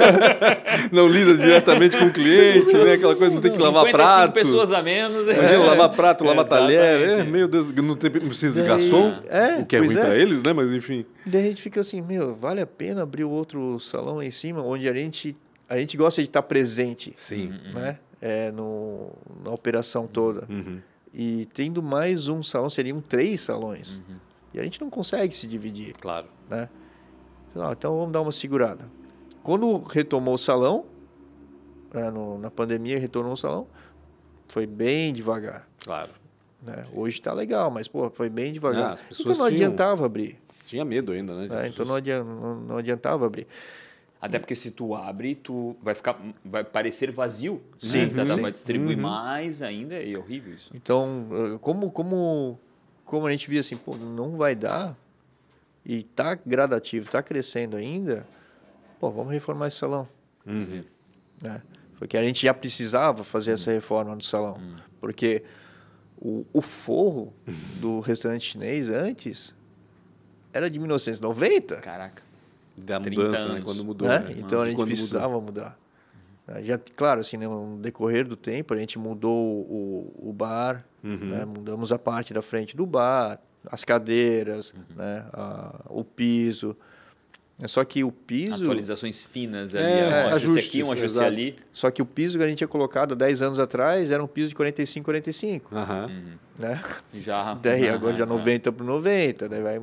Speaker 1: Não lida diretamente com o cliente, né? Aquela coisa, não tem que lavar
Speaker 2: 55
Speaker 1: prato.
Speaker 2: pessoas a menos. é.
Speaker 1: Imagina, lavar prato, lavar
Speaker 2: Exatamente.
Speaker 1: talher. É, meu Deus, não tem, não precisa de
Speaker 3: Daí-
Speaker 1: garçom,
Speaker 3: É,
Speaker 1: o que é
Speaker 3: pois
Speaker 1: ruim
Speaker 3: é.
Speaker 1: pra eles, né? Mas enfim.
Speaker 3: Daí a gente fica assim, meu, vale a pena abrir o outro salão lá em cima, onde a gente, a gente gosta de estar presente,
Speaker 1: Sim.
Speaker 3: né? É, no, na operação toda.
Speaker 1: Uhum.
Speaker 3: E tendo mais um salão, seriam três salões.
Speaker 1: Uhum.
Speaker 3: E a gente não consegue se dividir,
Speaker 1: Claro.
Speaker 3: né? Sei lá, então vamos dar uma segurada. Quando retomou o salão, né, no- na pandemia retornou o salão, foi bem devagar.
Speaker 1: Claro.
Speaker 3: Né? Hoje está legal, mas pô, foi bem
Speaker 1: Ah,
Speaker 3: devagar.
Speaker 1: as
Speaker 3: então
Speaker 1: pessoas
Speaker 3: não
Speaker 1: tinham-
Speaker 3: adiantava abrir.
Speaker 1: Tinha medo ainda, né? de
Speaker 3: né? Então
Speaker 1: pessoas-
Speaker 3: não adian- não- não adiantava abrir.
Speaker 2: Até porque se tu abre, tu vai ficar, vai parecer vazio. né?
Speaker 3: Sim,
Speaker 2: Você
Speaker 3: sim.
Speaker 2: vai distribuir
Speaker 1: Uhum.
Speaker 2: mais ainda. E é horrível isso.
Speaker 3: Então, eh, como, como, como a gente via assim, pô, não vai dar, e tá gradativo, tá crescendo ainda, pô, vamos reformar esse salão.
Speaker 1: Uhum.
Speaker 3: Né? Porque a gente já precisava fazer essa reforma do salão. Porque o, o forro do restaurante chinês antes era de 1990.
Speaker 2: Caraca.
Speaker 1: Da
Speaker 2: 30
Speaker 1: mudança, né?
Speaker 2: anos.
Speaker 1: Quando mudou.
Speaker 3: Né?
Speaker 1: né?
Speaker 3: Então a gente
Speaker 1: Quando mudou.
Speaker 3: precisava mudar. Eh, Já, claro, assim, né, no decorrer do tempo, a gente mudou o, o bar,
Speaker 1: Uhum.
Speaker 3: né, mudamos a parte da frente do bar, as cadeiras,
Speaker 1: Uhum.
Speaker 3: né, a- o piso. É Só que o piso.
Speaker 2: Atualizações finas ali.
Speaker 1: É,
Speaker 2: um ajuste
Speaker 1: ajustes,
Speaker 2: aqui, um ajuste
Speaker 1: exato.
Speaker 2: ali.
Speaker 3: Só que o piso que a gente tinha colocado há 10 anos atrás era um piso de 45, 45.
Speaker 1: Aham.
Speaker 3: Né?
Speaker 2: Já.
Speaker 3: Daí agora
Speaker 2: Ah,
Speaker 3: já
Speaker 2: ah,
Speaker 3: 90 para 90, daí vai,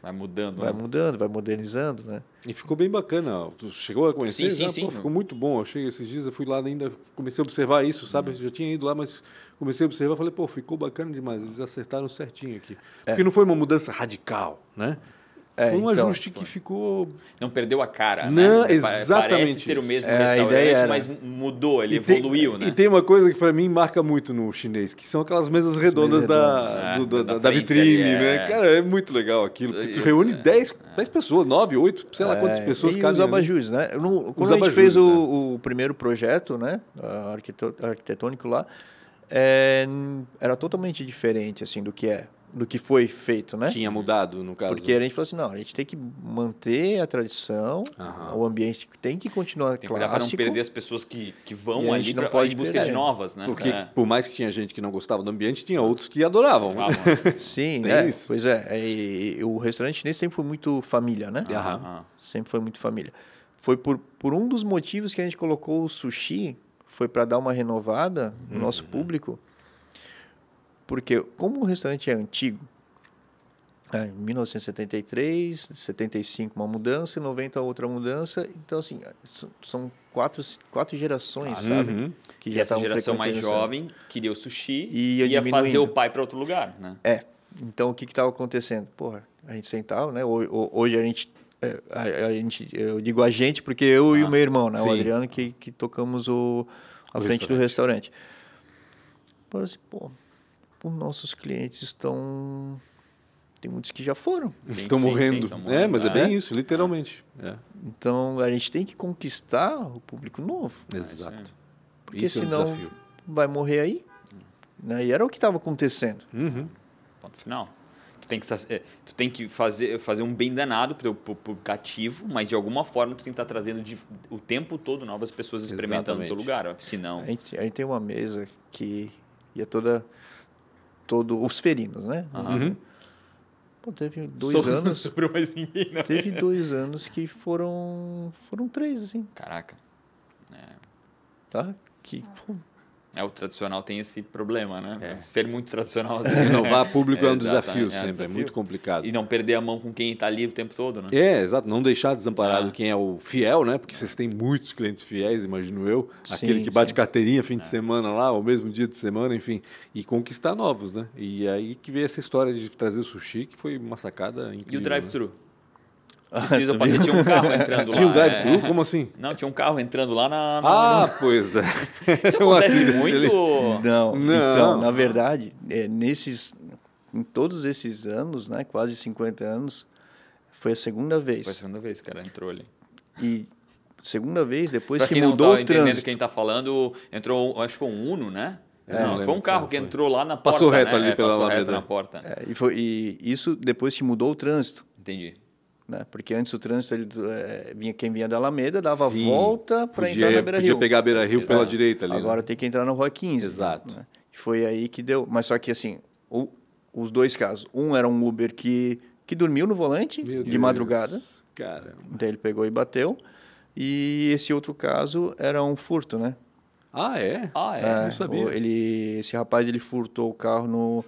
Speaker 2: Vai mudando.
Speaker 3: vai
Speaker 1: Uhum.
Speaker 2: né?
Speaker 3: mudando, vai modernizando. Né?
Speaker 1: E ficou bem bacana. ó. Tu chegou a conhecer?
Speaker 2: Sim, sim,
Speaker 1: já?
Speaker 2: sim.
Speaker 1: Pô, ficou muito bom. Eu cheguei esses dias, eu fui lá ainda, comecei a observar isso, sabe? Eu já tinha ido lá, mas comecei a observar falei, pô, ficou bacana demais. Eles acertaram certinho aqui. Porque não foi uma mudança radical, né?
Speaker 3: É,
Speaker 1: foi um
Speaker 3: então,
Speaker 1: ajuste que ficou.
Speaker 2: Não perdeu a cara.
Speaker 1: Não,
Speaker 2: né? Pa- Parece
Speaker 1: exatamente.
Speaker 2: ser o mesmo
Speaker 3: É, a
Speaker 2: restaurante,
Speaker 3: ideia era.
Speaker 2: mas mudou, ele
Speaker 1: E tem-
Speaker 2: evoluiu, né?
Speaker 1: E tem uma coisa que para mim marca muito no chinês, que são aquelas mesas redondas da,
Speaker 2: redondas,
Speaker 1: do-
Speaker 2: é,
Speaker 1: da,
Speaker 2: da
Speaker 1: da
Speaker 2: frente
Speaker 1: vitrine,
Speaker 2: ali, é.
Speaker 1: né? Cara, é muito legal aquilo. porque tu
Speaker 2: Eu-
Speaker 1: reúne 10 10 pessoas, 9, 8, sei lá quantas
Speaker 3: É,
Speaker 1: pessoas um.
Speaker 3: e
Speaker 1: cabem
Speaker 3: os
Speaker 1: ali.
Speaker 3: abajus, né? Eu não- Quando
Speaker 1: Os
Speaker 3: a gente
Speaker 1: abajus,
Speaker 3: fez o,
Speaker 1: né?
Speaker 3: o primeiro projeto, né, ah, arquiteto- arquitetônico lá, é, n- era totalmente diferente assim do que é, do que foi feito,
Speaker 2: É.
Speaker 3: né?
Speaker 1: Tinha mudado, no caso.
Speaker 3: Porque a gente falou assim, não, a gente tem que manter a tradição,
Speaker 1: Aham.
Speaker 3: o ambiente tem que continuar
Speaker 2: Tem que cuidar para não
Speaker 3: clássico.
Speaker 2: perder as pessoas que, que
Speaker 3: E
Speaker 2: vão
Speaker 3: a
Speaker 2: ali
Speaker 3: gente não
Speaker 2: pra,
Speaker 3: pode
Speaker 2: em busca
Speaker 3: perder.
Speaker 2: de novas, né?
Speaker 1: Porque,
Speaker 2: É.
Speaker 1: por mais que tinha gente que não gostava do ambiente, tinha outros que adoravam. né?
Speaker 2: Ah,
Speaker 3: Sim,
Speaker 1: Tem
Speaker 3: né?
Speaker 1: isso.
Speaker 3: Pois é, é, e- e o restaurante chinês sempre foi muito família, né?
Speaker 1: Aham.
Speaker 2: ah,
Speaker 3: Sempre foi muito família. Foi por, por um dos motivos que a gente colocou o sushi, foi para dar uma renovada no nosso
Speaker 2: Uhum.
Speaker 3: público. Porque como o restaurante é antigo, é, em 1973, 75 uma mudança, em 90 outra mudança, então assim, s- são quatro, quatro gerações, sabe?
Speaker 1: Uhum.
Speaker 3: Que
Speaker 2: Ah, E essa
Speaker 3: estavam
Speaker 2: geração mais
Speaker 3: frequentando essa-
Speaker 2: jovem queria o sushi
Speaker 3: E
Speaker 2: e
Speaker 3: ia
Speaker 2: ia
Speaker 3: diminuindo.
Speaker 2: fazer o pai para outro lugar, né?
Speaker 3: É. Então o que estava acontecendo? Porra, a gente sentava, né? Ho- ho- Hoje a gente. é, A, a gente eu digo a gente porque eu e o meu irmão, né?
Speaker 1: Ah, sim.
Speaker 3: O Adriano, que, que tocamos o, a
Speaker 1: O
Speaker 3: frente do restaurante. Falei assim, pô, os nossos clientes estão. Tem muitos que já foram.
Speaker 1: Estão
Speaker 2: sim, sim,
Speaker 1: morrendo.
Speaker 2: estão
Speaker 1: É,
Speaker 2: morrendo.
Speaker 1: mas é
Speaker 2: Ah,
Speaker 1: bem isso, literalmente. É,
Speaker 3: Então a gente tem que conquistar o público novo.
Speaker 2: É
Speaker 1: Exato.
Speaker 3: Porque
Speaker 1: Isso é um
Speaker 3: senão
Speaker 1: desafio.
Speaker 3: vai morrer aí. Né? E era o que estava acontecendo.
Speaker 1: Uhum.
Speaker 2: Ponto final. Tu tem que, sa- é, tu tem que fazer, fazer um bem danado pro, pro, pro cativo, mas de alguma forma tu tem que estar trazendo de- o tempo todo novas pessoas experimentando o teu
Speaker 1: Exatamente.
Speaker 2: lugar. ó. Senão.
Speaker 3: A gente, a gente tem uma mesa que ia toda. Todo, os ferinos, né?
Speaker 1: uhum.
Speaker 2: Aham.
Speaker 3: Pô, teve dois
Speaker 2: Sobrou- não
Speaker 3: anos.
Speaker 2: sobrou mais ninguém, né?
Speaker 3: Teve dois anos que foram. Foram três, assim,
Speaker 2: Caraca.
Speaker 3: tá? Que. pô,
Speaker 2: É, o tradicional tem esse problema, né? Ser muito tradicional. às
Speaker 1: É.
Speaker 2: vezes,
Speaker 1: Renovar público é, um
Speaker 2: exatamente,
Speaker 1: desafio
Speaker 2: é um
Speaker 1: sempre, é
Speaker 2: desafio.
Speaker 1: muito complicado.
Speaker 2: E não perder a mão com quem tá ali o tempo todo, né?
Speaker 1: É, exato. Não deixar desamparado
Speaker 2: Ah.
Speaker 1: quem é o fiel, né? Porque vocês têm muitos clientes fiéis, imagino eu.
Speaker 3: Sim,
Speaker 1: Aquele que bate
Speaker 3: sim.
Speaker 1: carteirinha fim de
Speaker 2: É.
Speaker 1: semana lá, ou mesmo dia de semana, enfim. E conquistar novos, né? E aí que veio essa história de trazer o sushi, que foi uma sacada
Speaker 2: E
Speaker 1: incrível.
Speaker 2: o drive-thru? Pesquisa, eu passei, tinha um carro entrando lá.
Speaker 1: Tinha um
Speaker 2: é.
Speaker 1: drive-thru? Como assim?
Speaker 2: Não, tinha um carro entrando lá na. na-
Speaker 1: Ah, pois é.
Speaker 2: Isso
Speaker 1: Um
Speaker 2: acontece
Speaker 1: acidente
Speaker 2: muito.
Speaker 1: ali.
Speaker 3: Não,
Speaker 1: Não.
Speaker 3: então, na verdade, é, nesses, em todos esses anos, né, quase 50 anos, foi a segunda
Speaker 2: Foi a
Speaker 3: vez.
Speaker 2: segunda vez que o cara entrou ali.
Speaker 3: E segunda vez depois
Speaker 2: Pra
Speaker 3: que
Speaker 2: quem não
Speaker 3: mudou
Speaker 2: tá
Speaker 3: o
Speaker 2: entendendo
Speaker 3: trânsito.
Speaker 2: quem tá falando, entrou, eu acho que foi um Uno, né?
Speaker 1: É, não
Speaker 2: não,
Speaker 1: lembro
Speaker 2: foi um carro
Speaker 1: qual
Speaker 2: que
Speaker 1: foi.
Speaker 2: entrou lá na porta.
Speaker 1: Passou reto
Speaker 2: né?
Speaker 1: ali
Speaker 2: É,
Speaker 1: pela
Speaker 2: passou reto
Speaker 1: alameda.
Speaker 2: na porta.
Speaker 3: É, e, foi- e isso depois que mudou o trânsito.
Speaker 2: Entendi.
Speaker 3: Né? Porque antes o trânsito, ele, é, vinha, quem vinha da Alameda dava
Speaker 1: Sim.
Speaker 3: volta para
Speaker 1: Podia,
Speaker 3: entrar na Beira
Speaker 1: podia
Speaker 3: Rio.
Speaker 1: pegar a Beira Rio pela
Speaker 2: É.
Speaker 1: direita ali. né?
Speaker 3: Agora tem que entrar na Rua 15.
Speaker 1: Exato.
Speaker 3: né? E Foi aí que deu. Mas só que assim, o- os dois casos. Um era um Uber que, que dormiu no volante
Speaker 1: Meu
Speaker 3: de
Speaker 1: Deus.
Speaker 3: madrugada.
Speaker 1: Cara.
Speaker 3: Então ele pegou e bateu. E esse outro caso era um furto, né?
Speaker 1: Ah, é?
Speaker 2: Ah, é?
Speaker 1: Não sabia.
Speaker 3: o- Ele, esse rapaz ele furtou o carro no,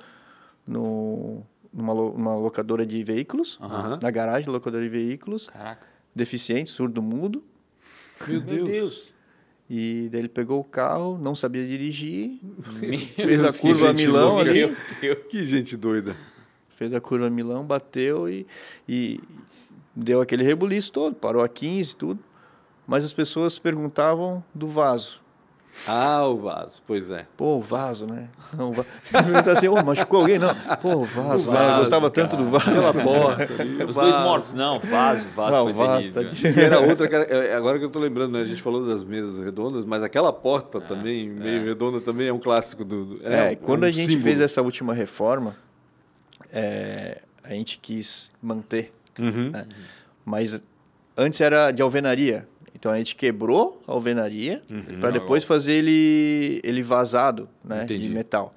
Speaker 3: no, numa, lo- numa locadora de veículos,
Speaker 1: Aham.
Speaker 3: na garagem da locadora de veículos,
Speaker 2: Caraca.
Speaker 3: deficiente, surdo mudo.
Speaker 1: Meu Deus.
Speaker 3: E daí ele pegou o carro, não sabia dirigir,
Speaker 2: Meu
Speaker 3: fez a
Speaker 1: Deus, que
Speaker 3: curva
Speaker 1: gente
Speaker 3: Milão
Speaker 1: louca.
Speaker 3: ali,
Speaker 2: Deus.
Speaker 1: Que gente doida.
Speaker 3: fez a curva Milão, bateu e, e deu aquele rebuliço todo, parou a 15 e tudo. Mas as pessoas perguntavam do vaso.
Speaker 1: Ah, o vaso. Pois é.
Speaker 3: Pô, o vaso, né? Não, o vaso. Perguntar assim, ô, machucou alguém? Não. Pô, o vaso,
Speaker 1: O
Speaker 3: né? Eu
Speaker 1: vaso,
Speaker 3: gostava tanto do vaso.
Speaker 1: Pela porta ali.
Speaker 2: Os dois mortos, não. Vaso, vaso
Speaker 3: Não,
Speaker 2: foi
Speaker 3: vaso,
Speaker 2: terrível.
Speaker 3: tá-
Speaker 1: E era outra, cara, é, agora que eu tô lembrando, né? A gente falou das mesas redondas, mas aquela porta
Speaker 2: É,
Speaker 1: também, meio redonda, também é um clássico do. do-
Speaker 3: É,
Speaker 1: um-
Speaker 3: quando
Speaker 1: um
Speaker 3: a gente
Speaker 1: símbolo.
Speaker 3: fez essa última reforma, é, a gente quis manter.
Speaker 1: Uhum.
Speaker 3: né? Mas antes era de alvenaria. Então a gente quebrou a alvenaria
Speaker 1: Uhum.
Speaker 3: para depois fazer ele, ele vazado né, de
Speaker 1: Entendi.
Speaker 3: metal.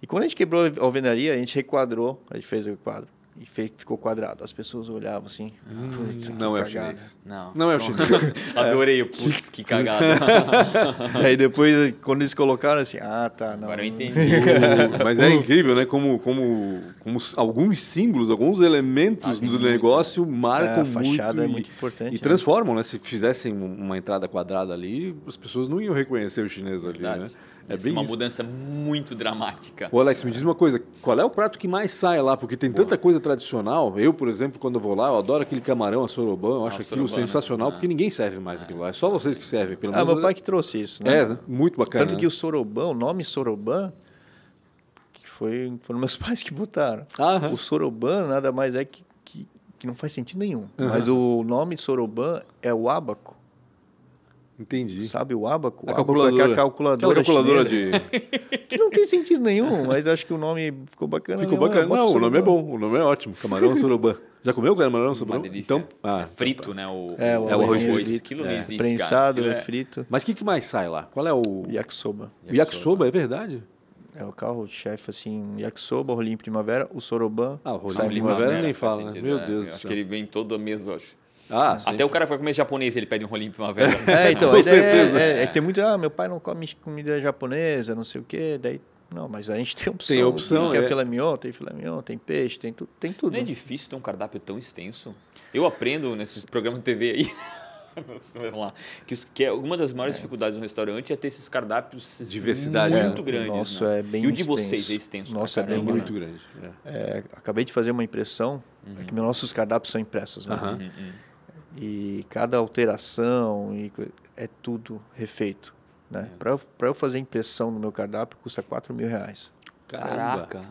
Speaker 3: E quando a gente quebrou a alvenaria, a gente requadrou, a gente fez o quadro. E fe- ficou quadrado. As pessoas olhavam assim. "Putz, que
Speaker 1: Não é o
Speaker 3: cagada."
Speaker 1: chinês.
Speaker 2: Não.
Speaker 1: Não é o
Speaker 2: só-
Speaker 1: chinês.
Speaker 2: Adorei. Putz, que cagada.
Speaker 1: Ah.
Speaker 3: E aí depois, quando eles colocaram assim, ah, tá, não.
Speaker 2: Agora eu
Speaker 3: não-
Speaker 2: entendi.
Speaker 1: Mas é incrível, né? Como, como, como s- alguns símbolos, alguns elementos do
Speaker 2: Fazem Ah, muito, né?
Speaker 1: negócio marcam
Speaker 3: É, a fachada
Speaker 1: muito.
Speaker 3: é muito
Speaker 1: e-
Speaker 3: importante,
Speaker 1: E
Speaker 3: né?
Speaker 1: transformam, né? Se fizessem um- uma entrada quadrada ali, as pessoas não iam reconhecer o chinês ali, né?
Speaker 2: Verdade.
Speaker 1: É
Speaker 2: Isso É
Speaker 1: bem
Speaker 2: uma
Speaker 1: isso.
Speaker 2: mudança muito dramática.
Speaker 1: Ô Alex, me diz uma coisa, qual é o prato que mais sai lá? Porque tem tanta coisa tradicional. Eu, por exemplo, quando vou lá, eu adoro aquele camarão, a sorobão, eu acho
Speaker 2: Ah,
Speaker 1: aquilo
Speaker 2: sorobã, né?
Speaker 1: sensacional,
Speaker 2: Ah.
Speaker 1: porque ninguém serve mais aquilo lá. É só vocês que servem, pelo
Speaker 3: Ah,
Speaker 1: menos.
Speaker 3: meu pai que trouxe isso, né?
Speaker 1: É, né? muito bacana.
Speaker 3: Tanto que o Sorobã, o nome Sorobã, que foi, foram meus pais que botaram.
Speaker 1: Aham.
Speaker 3: O Sorobã nada mais é que, que, que não faz sentido nenhum. Mas o nome Sorobã é o abaco.
Speaker 1: Entendi.
Speaker 3: Sabe o abaco? O
Speaker 1: A
Speaker 3: abaco
Speaker 1: calculadora.
Speaker 3: é aquela calculadora,
Speaker 1: Aquela calculadora
Speaker 3: chinesa,
Speaker 1: de...
Speaker 3: Que não tem sentido nenhum, mas acho que o nome ficou bacana.
Speaker 1: Ficou
Speaker 3: mesmo. Ah,
Speaker 1: bacana.
Speaker 3: bota
Speaker 1: Não, o nome é
Speaker 3: Sorobã.
Speaker 1: bom. O nome é ótimo. Camarão sorobã. Já comeu camarão
Speaker 2: Uma
Speaker 1: sorobã?
Speaker 2: delícia.
Speaker 1: Então, ah,
Speaker 2: é frito, né? O,
Speaker 3: É, o
Speaker 1: É o arroz
Speaker 3: frito.
Speaker 2: Aquilo não
Speaker 1: É.
Speaker 2: existe, cara.
Speaker 3: Prensado,
Speaker 2: Aquilo
Speaker 3: é frito.
Speaker 1: Mas o que, que mais sai lá? Qual é o...
Speaker 3: Yakisoba.
Speaker 1: O yakisoba, é verdade?
Speaker 3: É o carro-chefe, assim, yakisoba, rolinho primavera, o sorobã.
Speaker 1: Ah, o rolinho
Speaker 3: sai
Speaker 2: Não,
Speaker 1: primavera.
Speaker 3: com-
Speaker 2: primavera
Speaker 1: nem
Speaker 2: faz
Speaker 1: fala, né? Meu
Speaker 2: é.
Speaker 1: Deus
Speaker 2: Eu
Speaker 1: do
Speaker 2: Acho
Speaker 1: céu.
Speaker 2: que ele vem todo mês, eu acho.
Speaker 1: Ah,
Speaker 2: Até
Speaker 1: sempre.
Speaker 2: o cara que vai comer japonês, ele pede um rolinho primavera.
Speaker 3: É, então,
Speaker 1: Com
Speaker 3: a ideia
Speaker 1: certeza.
Speaker 3: É, é, é que tem muito, ah, meu pai não come comida japonesa, não sei o quê, daí, não, mas a gente tem opção.
Speaker 1: Tem opção,
Speaker 3: Tem
Speaker 1: é.
Speaker 3: filé mignon, tem filé mignon, tem peixe, tem, tu, tem tudo.
Speaker 2: Não é difícil ter um cardápio tão extenso. Eu aprendo nesses programas de TV aí. Vamos lá. Que, os- que é uma das maiores dificuldades no restaurante é ter esses cardápios
Speaker 1: Diversidade,
Speaker 2: muito
Speaker 1: né?
Speaker 2: grandes.
Speaker 3: O nosso
Speaker 2: né?
Speaker 3: é bem
Speaker 2: E o de
Speaker 3: extenso.
Speaker 2: vocês é extenso.
Speaker 3: Nosso é
Speaker 2: pra
Speaker 3: bem
Speaker 2: caramba,
Speaker 1: Muito
Speaker 2: né?
Speaker 1: grande. é.
Speaker 3: É, acabei de fazer uma impressão, é que nossos cardápios são impressos, né?
Speaker 1: Aham.
Speaker 3: E cada alteração e co- é tudo refeito. Né?
Speaker 1: É.
Speaker 3: Para eu, pra eu fazer impressão no meu cardápio, custa 4 mil reais.
Speaker 1: Caramba.
Speaker 2: Caraca.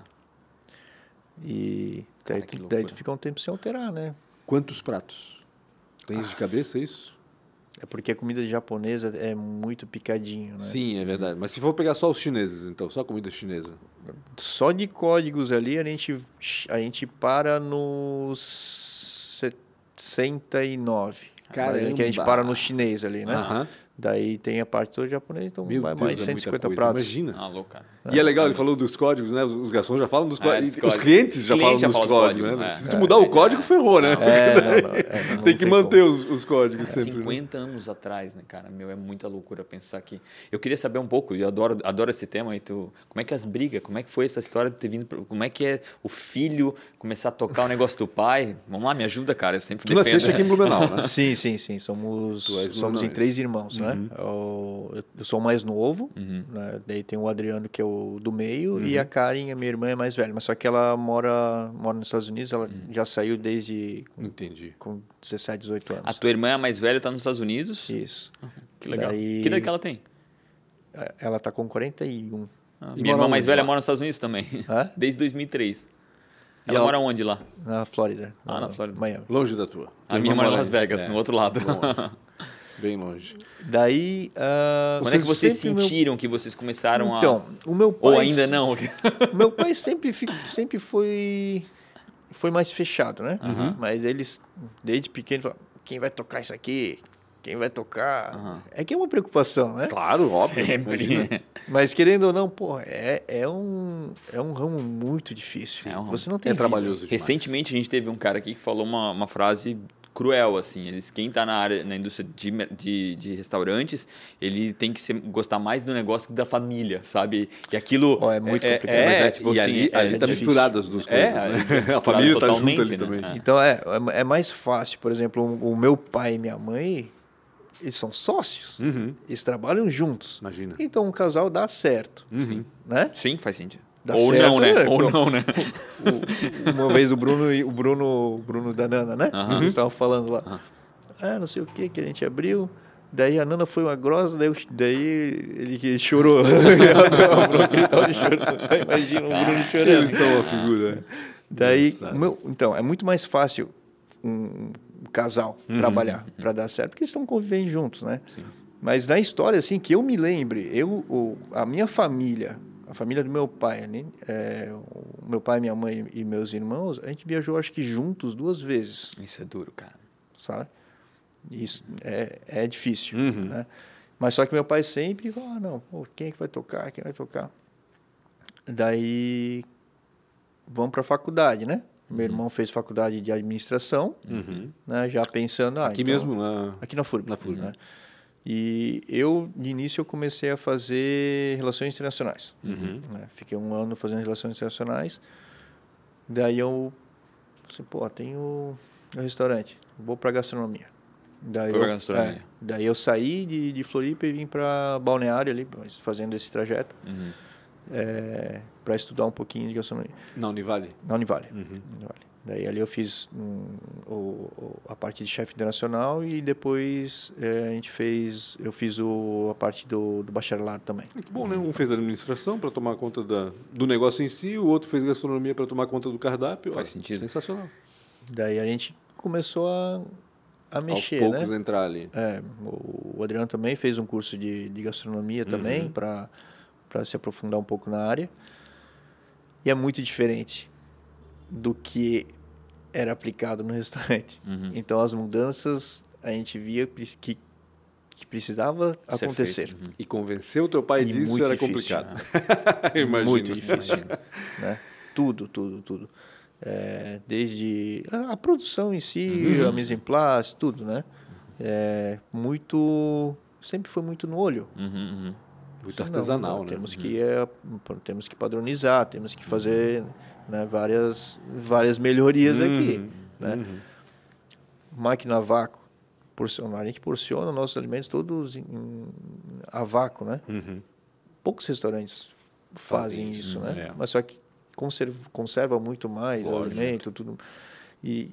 Speaker 3: E daí,
Speaker 2: Cara, que
Speaker 3: tu, daí tu
Speaker 2: loucura.
Speaker 3: fica um tempo sem alterar, né?
Speaker 1: Quantos pratos? Tem isso de cabeça, é isso?
Speaker 3: É porque a comida japonesa é muito picadinho, né?
Speaker 1: Sim, é verdade. Mas se for pegar só os chineses, então, só comida chinesa.
Speaker 3: Só de códigos ali, a gente, a gente para nos 69.
Speaker 1: Caramba!
Speaker 3: Mas é Que a gente para no chinês ali, né?
Speaker 1: Aham.
Speaker 3: Daí tem a parte toda japonesa, então
Speaker 1: Meu
Speaker 3: vai
Speaker 1: Deus,
Speaker 3: mais de
Speaker 1: é muita
Speaker 3: 150
Speaker 1: coisa.
Speaker 3: pratos.
Speaker 1: Imagina.
Speaker 2: Ah, louco, cara.
Speaker 1: E é legal, ele falou dos códigos, né? Os, os garçons já falam dos
Speaker 2: É,
Speaker 1: códigos.
Speaker 2: dos
Speaker 1: e Os
Speaker 2: códigos.
Speaker 1: clientes já
Speaker 2: Cliente
Speaker 1: falam
Speaker 2: já
Speaker 1: dos
Speaker 2: fala do
Speaker 1: códigos,
Speaker 2: código,
Speaker 1: né?
Speaker 2: é.
Speaker 1: Se tu mudar o código, ferrou, né?
Speaker 3: É, não, não, é, não
Speaker 1: tem que manter os, os códigos
Speaker 2: Cara,
Speaker 1: sempre. né?
Speaker 2: 50 anos atrás, né, cara? Meu, é muita loucura pensar que. Eu queria saber um pouco, eu adoro, adoro esse tema, e tu, como é que as brigas, como é que foi essa história de ter vindo. pro- Como é que é o filho começar a tocar o negócio do pai? Vamos lá, me ajuda, cara. Eu sempre
Speaker 1: Tu
Speaker 2: defendo.
Speaker 1: nasceste aqui em Blumenau, né?
Speaker 3: Sim, sim, sim. Somos,
Speaker 1: Tu és Uhum.
Speaker 3: somos em
Speaker 1: Blumenauense.
Speaker 3: três irmãos. né? Eu, eu sou o mais novo, né? daí tem o Adriano que é o do meio
Speaker 1: Uhum.
Speaker 3: e a Karen, a minha irmã, é mais velha. Mas só que ela mora, mora nos Estados Unidos, ela já saiu desde com,
Speaker 1: Entendi.
Speaker 3: com 17, 18
Speaker 2: A
Speaker 3: anos.
Speaker 2: tua irmã é a mais velha, tá nos Estados Unidos.
Speaker 3: Isso.
Speaker 2: Que legal.
Speaker 3: Daí-
Speaker 2: Que idade que ela tem?
Speaker 3: Ela tá com 41.
Speaker 2: Ah,
Speaker 1: E
Speaker 2: minha irmã
Speaker 1: mora
Speaker 2: mais
Speaker 1: onde
Speaker 2: velha
Speaker 1: lá?
Speaker 2: mora nos Estados Unidos também.
Speaker 3: Hã?
Speaker 2: Desde 2003.
Speaker 3: E
Speaker 2: Ela
Speaker 3: ela-
Speaker 2: mora onde lá?
Speaker 3: Na Flórida.
Speaker 2: Ah, na Flórida.
Speaker 3: Miami.
Speaker 1: Longe da tua.
Speaker 2: A
Speaker 1: Tua
Speaker 2: minha
Speaker 1: irmã
Speaker 2: mora em
Speaker 1: mora
Speaker 2: Las
Speaker 1: aí.
Speaker 2: Vegas,
Speaker 1: É.
Speaker 2: no outro lado.
Speaker 1: Longe. Bem longe.
Speaker 3: Daí. ah,
Speaker 2: Quando é que vocês
Speaker 3: sempre o meu-
Speaker 2: sentiram que vocês começaram
Speaker 3: Então,
Speaker 2: a...
Speaker 3: o meu pai.
Speaker 2: Ou ainda não?
Speaker 3: Meu pai sempre, fi- sempre foi, foi mais fechado, né?
Speaker 1: Uhum.
Speaker 3: Mas eles, desde pequeno, falavam, quem vai tocar isso aqui? Quem vai tocar? É que é uma preocupação, né?
Speaker 1: Claro, óbvio. imagina.
Speaker 2: Sempre.
Speaker 3: Mas querendo ou não, pô, é, é, um, é um ramo muito difícil.
Speaker 2: É um ramo-
Speaker 3: Você não tem
Speaker 1: É
Speaker 3: vida.
Speaker 1: trabalhoso demais.
Speaker 2: Recentemente a gente teve um cara aqui que falou uma, uma frase cruel, assim. Eles, quem está na área, na indústria de, me- de, de restaurantes, ele tem que ser- gostar mais do negócio que da família, sabe? E aquilo.
Speaker 3: Ó, é muito complicado.
Speaker 2: É,
Speaker 1: Mas é, tipo
Speaker 2: e
Speaker 1: assim,
Speaker 2: ali,
Speaker 1: ali
Speaker 2: é
Speaker 1: tá
Speaker 2: difícil.
Speaker 1: misturado as duas coisas,
Speaker 2: É, ali
Speaker 1: né?
Speaker 2: tá
Speaker 1: A
Speaker 2: misturado
Speaker 1: família tá junto
Speaker 2: totalmente,
Speaker 1: ali
Speaker 2: né?
Speaker 1: também.
Speaker 2: É.
Speaker 3: Então é, é é mais fácil, por exemplo, o o meu pai e minha mãe, eles são sócios, eles trabalham juntos.
Speaker 1: Imagina.
Speaker 3: Então um casal dá certo, né?
Speaker 2: Sim, faz sentido.
Speaker 3: Dá
Speaker 2: Ou
Speaker 3: certo,
Speaker 2: não, né?
Speaker 3: né?
Speaker 2: Ou não, né?
Speaker 3: O- uma vez o Bruno e o Bruno, o Bruno da Nana, né? Eles estavam falando lá. Ah, não sei o que que a gente abriu. Daí a Nana foi uma grossa, daí, eu- daí ele que chorou. o Bruno Tritão, ele chorou. Imagina o Bruno
Speaker 1: Eles
Speaker 3: chorando.
Speaker 1: são uma figura.
Speaker 3: Daí,
Speaker 1: Engraçado.
Speaker 3: meu- então, é muito mais fácil um um casal trabalhar para dar certo, porque eles estão convivendo juntos, né? Mas na história, assim, que eu me lembre, eu, o- a minha família, a família do meu pai, né? É, o meu pai, minha mãe e meus irmãos, a gente viajou, acho que juntos duas vezes,
Speaker 2: Isso é duro, cara.
Speaker 3: sabe? Isso é, é difícil,
Speaker 1: Uhum.
Speaker 3: né? Mas só que meu pai sempre, ah, não, pô, quem é que vai tocar, quem vai tocar? Daí, vamos para a faculdade, né? Meu
Speaker 1: Uhum.
Speaker 3: irmão fez faculdade de administração, né? Já pensando... Ah,
Speaker 1: Aqui
Speaker 3: então-
Speaker 1: mesmo, na...
Speaker 3: Aqui na FURB.
Speaker 1: Na FURB.
Speaker 3: Né? E eu, de início, eu comecei a fazer relações
Speaker 1: Hum.
Speaker 3: internacionais.
Speaker 1: Uhum.
Speaker 3: né? Fiquei um ano fazendo relações internacionais. Daí eu... Assim, pô, tenho um restaurante. Vou para gastronomia. Daí
Speaker 2: Foi pra
Speaker 3: eu-
Speaker 2: gastronomia.
Speaker 3: é, daí eu saí de, de Floripa e vim para Balneário ali, mas fazendo esse trajeto.
Speaker 2: Uhum,
Speaker 3: para estudar um pouquinho de gastronomia.
Speaker 1: na Univale.
Speaker 3: Na Univale.
Speaker 2: Uhum.
Speaker 3: Univale. Daí ali eu fiz hum, o, o- a parte de chefe internacional e depois eh, a gente fez, eu fiz o, a parte do, do bacharelado também.
Speaker 1: Que bom, né? Um fez administração para tomar conta da- do negócio em si, o outro fez gastronomia para tomar conta do cardápio.
Speaker 2: Faz
Speaker 1: Ó,
Speaker 2: sentido.
Speaker 1: Sensacional.
Speaker 3: Daí a gente começou a, a mexer,
Speaker 1: Aos poucos
Speaker 3: né?
Speaker 1: entrar ali.
Speaker 3: É, o, o Adriano também fez um curso de, de gastronomia também para para se aprofundar um pouco na área. E é muito diferente do que era aplicado no restaurante. Então as mudanças a gente via pres- que que precisava
Speaker 2: feito,
Speaker 3: acontecer.
Speaker 1: E convencer o teu pai
Speaker 3: E
Speaker 1: disso
Speaker 3: muito
Speaker 1: era
Speaker 3: difícil, né?
Speaker 1: complicado. Imagino.
Speaker 3: Muito difícil. né? Tudo, tudo, tudo. É, desde a, a produção em si,
Speaker 1: Uhum.
Speaker 3: a mise en place, tudo, né? É, muito... Sempre foi muito no olho.
Speaker 2: Uhum, uhum.
Speaker 1: Muito
Speaker 3: Não,
Speaker 1: artesanal,
Speaker 3: não,
Speaker 1: né?
Speaker 3: Temos que, é, pô, temos que padronizar, temos que fazer né, várias, várias melhorias
Speaker 1: Uhum.
Speaker 3: aqui. Né? Máquina a vácuo. Porcionar. A gente porciona nossos alimentos todos em- a vácuo, né?
Speaker 1: Uhum.
Speaker 3: Poucos restaurantes fazem,
Speaker 1: Fazem
Speaker 3: isso,
Speaker 1: isso,
Speaker 3: né?
Speaker 1: é.
Speaker 3: Mas só que conserva, conserva muito mais o
Speaker 1: Lógico.
Speaker 3: alimento, tudo. E